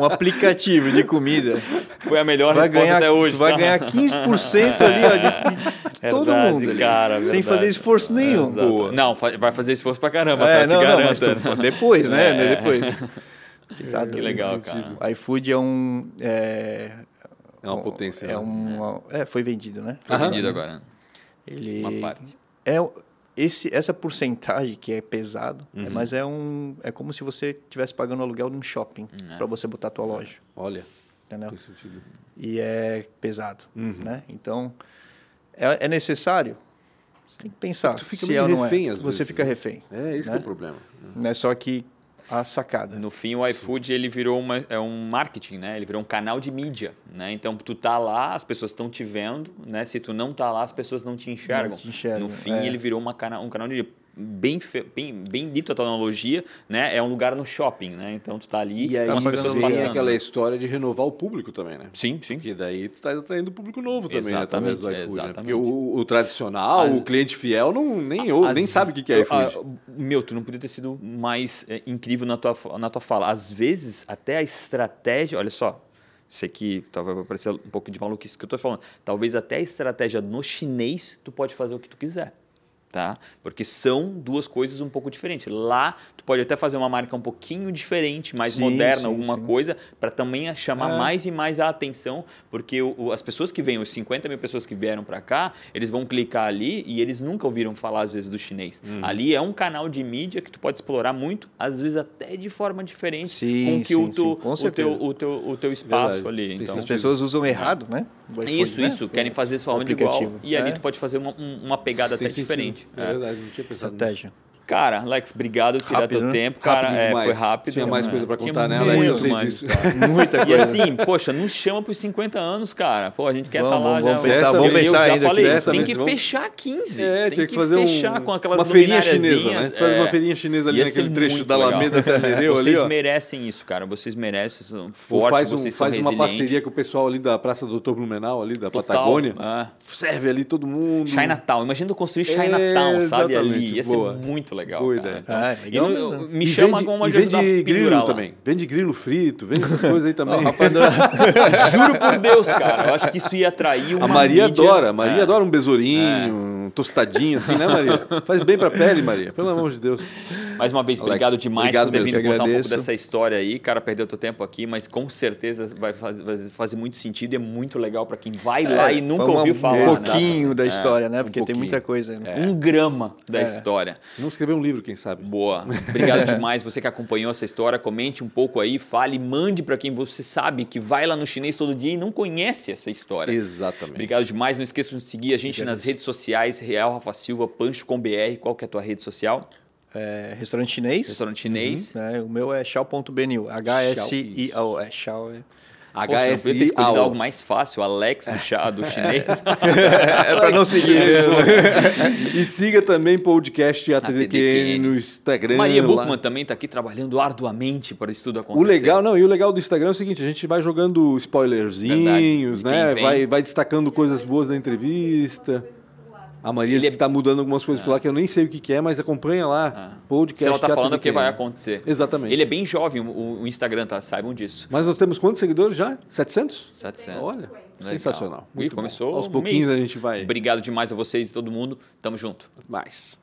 Speaker 3: um aplicativo de comida.
Speaker 2: Foi a melhor
Speaker 3: Vai
Speaker 2: resposta
Speaker 3: ganhar,
Speaker 2: até hoje.
Speaker 3: tu vai
Speaker 2: tá? É
Speaker 3: ganhar 15% ali, ó, de, de todo
Speaker 2: Verdade,
Speaker 3: mundo. ali,
Speaker 2: cara, é
Speaker 3: sem
Speaker 2: verdade. É,
Speaker 3: fazer esforço nenhum.
Speaker 2: Exato. Não, fa- vai fazer esforço pra caramba,
Speaker 3: É,
Speaker 2: tá? Te
Speaker 3: não, não, mas
Speaker 2: garanto.
Speaker 3: tu, fa- depois, né?
Speaker 2: É.
Speaker 3: Depois. Que, tá
Speaker 2: que
Speaker 3: doido.
Speaker 2: legal, cara.
Speaker 3: O iFood é um. É,
Speaker 1: É uma potência.
Speaker 3: É
Speaker 1: né?
Speaker 3: um, é, foi vendido, né?
Speaker 2: Foi vendido agora.
Speaker 3: Ele
Speaker 2: Uma parte.
Speaker 3: É, o- esse, essa porcentagem que é pesado,
Speaker 1: Uhum.
Speaker 3: é, mas é um. É como se você estivesse pagando aluguel num shopping
Speaker 2: Uhum.
Speaker 3: pra para você botar a tua loja.
Speaker 1: Olha,
Speaker 3: Entendeu?
Speaker 1: tem sentido. Uhum.
Speaker 3: e é pesado, né? Então, é, é necessário? Você tem que pensar.
Speaker 1: Tu fica
Speaker 3: se
Speaker 1: meio
Speaker 3: é ou não é.
Speaker 1: refém, às
Speaker 3: Você
Speaker 1: vezes,
Speaker 3: fica
Speaker 1: né?
Speaker 3: refém.
Speaker 1: É, esse que é
Speaker 3: né?
Speaker 1: o problema.
Speaker 3: Não é só que a sacada.
Speaker 2: No fim, o iFood ele virou uma, é um marketing, né? Ele virou um canal de mídia, né? Então, tu tá lá, as pessoas estão te vendo, né? Se tu não tá lá, as pessoas não te enxergam.
Speaker 3: Não te enxergam,
Speaker 2: no fim,
Speaker 3: é.
Speaker 2: ele virou uma cana um canal de mídia. Bem, fe- bem, bem dito a tua analogia, né? É um lugar no shopping, né? Então, tu tá ali
Speaker 1: E aí
Speaker 2: com as
Speaker 3: tá
Speaker 2: pessoas
Speaker 1: tem
Speaker 3: pagando
Speaker 2: passando.
Speaker 1: aquela história de renovar o público também, né?
Speaker 2: Sim, sim.
Speaker 1: Porque daí tu tá atraindo público novo também, né? através do
Speaker 2: Exatamente,
Speaker 1: iFood. Né?
Speaker 2: exatamente.
Speaker 1: Porque o, o tradicional,
Speaker 2: As-
Speaker 1: o cliente fiel, não, nem, ou,
Speaker 2: Às-
Speaker 1: nem sabe o que que é
Speaker 2: eu-
Speaker 1: iFood.
Speaker 2: ah, meu, tu não podia ter sido mais é, incrível na tua, fa- na tua fala. Às vezes, até a estratégia. Olha só, isso aqui talvez vai parecer um pouco de maluquice que eu tô falando. Talvez até a estratégia no chinês, tu pode fazer o que tu quiser. Tá? Porque são duas coisas um pouco diferentes. Lá, tu pode até fazer uma marca um pouquinho diferente, mais
Speaker 3: Sim,
Speaker 2: moderna,
Speaker 3: sim,
Speaker 2: alguma
Speaker 3: sim.
Speaker 2: coisa, para também chamar
Speaker 1: É.
Speaker 2: mais e mais a atenção, porque o- o- as pessoas que vêm, os 50 mil pessoas que vieram para cá, eles vão clicar ali e eles nunca ouviram falar, às vezes, do chinês.
Speaker 1: Uhum.
Speaker 2: Ali é um canal de mídia que tu pode explorar muito, às vezes até de forma diferente
Speaker 3: Sim,
Speaker 2: com que o,
Speaker 3: sim,
Speaker 2: tu,
Speaker 3: sim, com
Speaker 2: o,
Speaker 3: certeza.
Speaker 2: teu, o, teu, o teu espaço
Speaker 1: Verdade.
Speaker 2: ali.
Speaker 1: Tem
Speaker 2: Então,
Speaker 3: As pessoas usam errado, né? O iPhone,
Speaker 2: isso,
Speaker 3: né?
Speaker 2: isso.
Speaker 1: É.
Speaker 2: Querem fazer isso de forma de igual.
Speaker 3: aplicativo.
Speaker 2: E ali
Speaker 3: É.
Speaker 2: tu pode fazer uma, um- uma pegada
Speaker 1: Tem
Speaker 2: até
Speaker 1: sentido.
Speaker 2: diferente.
Speaker 1: É
Speaker 2: É.
Speaker 1: verdade, não tinha pensado nisso.
Speaker 3: Estratégia.
Speaker 2: Cara, Alex, obrigado por tirar
Speaker 3: Rápido,
Speaker 2: teu
Speaker 3: né?
Speaker 2: tempo. Cara,
Speaker 1: Rápido
Speaker 2: é,
Speaker 1: demais.
Speaker 2: foi rápido.
Speaker 1: Tinha mais
Speaker 2: né?
Speaker 1: coisa pra
Speaker 2: Tinha
Speaker 1: contar, né, Alex?
Speaker 2: muito
Speaker 1: Eu sei
Speaker 2: mais,
Speaker 1: disso.
Speaker 2: cara.
Speaker 3: Muita
Speaker 2: E
Speaker 3: coisa.
Speaker 2: assim, poxa, nos chama pros 50 anos, cara. Pô, a gente quer estar
Speaker 3: Vamos,
Speaker 2: lá
Speaker 3: vamos
Speaker 2: já.
Speaker 3: pensar,
Speaker 2: Eu
Speaker 1: vamos pensar
Speaker 2: já
Speaker 1: ainda,
Speaker 2: falei, tem
Speaker 1: certamente,
Speaker 2: que
Speaker 1: vamos.
Speaker 2: fechar 15.
Speaker 1: É,
Speaker 2: tem
Speaker 1: tinha que fazer um-
Speaker 2: fechar com aquelas
Speaker 1: uma feirinha
Speaker 2: luminariazinhas, É.
Speaker 1: chinesa, né? Faz uma feirinha chinesa ali
Speaker 2: Ia
Speaker 1: naquele
Speaker 2: ser
Speaker 1: trecho
Speaker 2: muito
Speaker 1: da
Speaker 2: legal.
Speaker 1: Alameda até Nereu ali,
Speaker 2: Vocês
Speaker 1: ó.
Speaker 2: merecem isso, cara. Vocês merecem. São
Speaker 1: Ou
Speaker 2: fortes,
Speaker 1: faz um-
Speaker 2: vocês
Speaker 1: faz
Speaker 2: são
Speaker 1: uma
Speaker 2: resilientes.
Speaker 1: parceria com o pessoal ali da Praça do Dr. Blumenau, ali da
Speaker 2: Total,
Speaker 1: Patagônia.
Speaker 2: é.
Speaker 1: Serve ali todo mundo.
Speaker 2: Chinatown. Imagina eu construir
Speaker 1: É,
Speaker 2: Chinatown, sabe? Ali.
Speaker 1: exatamente,
Speaker 2: Ia ser
Speaker 1: boa.
Speaker 2: muito legal.
Speaker 1: Boa
Speaker 2: cara.
Speaker 1: ideia.
Speaker 2: Então,
Speaker 3: Ah, é legal
Speaker 2: e
Speaker 3: mesmo.
Speaker 2: eu- me
Speaker 1: E
Speaker 2: chama
Speaker 1: vende- e
Speaker 2: como ajudar a
Speaker 1: vende grilo
Speaker 2: pendurar lá.
Speaker 1: também. Vende grilo frito, vende essas coisas aí também.
Speaker 2: Juro por Deus, cara. Eu acho que isso ia atrair uma
Speaker 1: A Maria
Speaker 2: mídia-
Speaker 1: adora, a Maria
Speaker 2: É.
Speaker 1: adora um besourinho, um tostadinho assim, né, Maria? Faz bem pra pele, Maria, pelo amor de Deus.
Speaker 2: Mais uma vez,
Speaker 1: Alex,
Speaker 2: obrigado demais
Speaker 1: obrigado
Speaker 2: por ter
Speaker 1: mesmo,
Speaker 2: vindo
Speaker 3: eu que
Speaker 2: contar um pouco
Speaker 3: agradeço.
Speaker 2: dessa história aí. Cara, perdeu teu tempo aqui, mas com certeza vai faz- vai fazer, muito sentido e é muito legal para quem vai lá e nunca
Speaker 3: Vamos
Speaker 2: ouviu
Speaker 3: é, um
Speaker 2: falar.
Speaker 3: Um
Speaker 2: né?
Speaker 3: pouquinho da história, né?
Speaker 1: um
Speaker 3: Porque tem
Speaker 1: pouquinho.
Speaker 3: muita coisa. né?
Speaker 2: Um grama da história.
Speaker 1: Não escrever um livro, quem sabe?
Speaker 2: Boa. Obrigado demais você que acompanhou essa história. Comente um pouco aí, fale, mande para quem você sabe que vai lá no chinês todo dia e não conhece essa história.
Speaker 1: Exatamente.
Speaker 2: Obrigado demais. Não esqueçam de seguir a gente nas redes sociais, Real Rafa Silva, Pancho com BR. Qual que é a tua rede social?
Speaker 3: É, restaurante chinês.
Speaker 2: Restaurante chinês.
Speaker 3: né? O meu é chao.benil. H-S-I-O. É chao. é-
Speaker 2: Poxa, eu podia ter
Speaker 1: HSI
Speaker 2: escolhido algo mais fácil, Alex do, chá, do chinês.
Speaker 3: É pra não seguir mesmo.
Speaker 1: E siga também podcast ATDQN
Speaker 2: TDQN.
Speaker 1: no Instagram.
Speaker 2: Maria
Speaker 1: lá.
Speaker 2: Buchmann também está aqui trabalhando arduamente para isso tudo acontecer.
Speaker 1: O legal, não, e o legal do Instagram é o seguinte, a gente vai jogando spoilerzinhos,
Speaker 2: Verdade.
Speaker 1: né?
Speaker 2: Quem vem.
Speaker 1: Vai, vai destacando coisas boas da entrevista. A Maria disse
Speaker 2: é-
Speaker 1: que tá mudando algumas coisas por lá que eu nem sei o que, que é, mas acompanha lá.
Speaker 2: Ah.
Speaker 1: Podcast
Speaker 2: Se ela está falando é porque
Speaker 1: ATDQN.
Speaker 2: vai acontecer.
Speaker 1: Exatamente.
Speaker 2: Ele é bem jovem, o, o Instagram, tá? Saibam disso.
Speaker 1: Mas nós temos quantos seguidores já? 700?
Speaker 2: 700.
Speaker 1: Olha,
Speaker 2: Legal.
Speaker 1: sensacional.
Speaker 2: e
Speaker 1: Muito bom.
Speaker 2: começou
Speaker 1: Aos
Speaker 2: um
Speaker 1: pouquinhos
Speaker 2: mês.
Speaker 1: a gente vai
Speaker 2: Obrigado demais a vocês e todo mundo. Tamo junto.
Speaker 1: mais.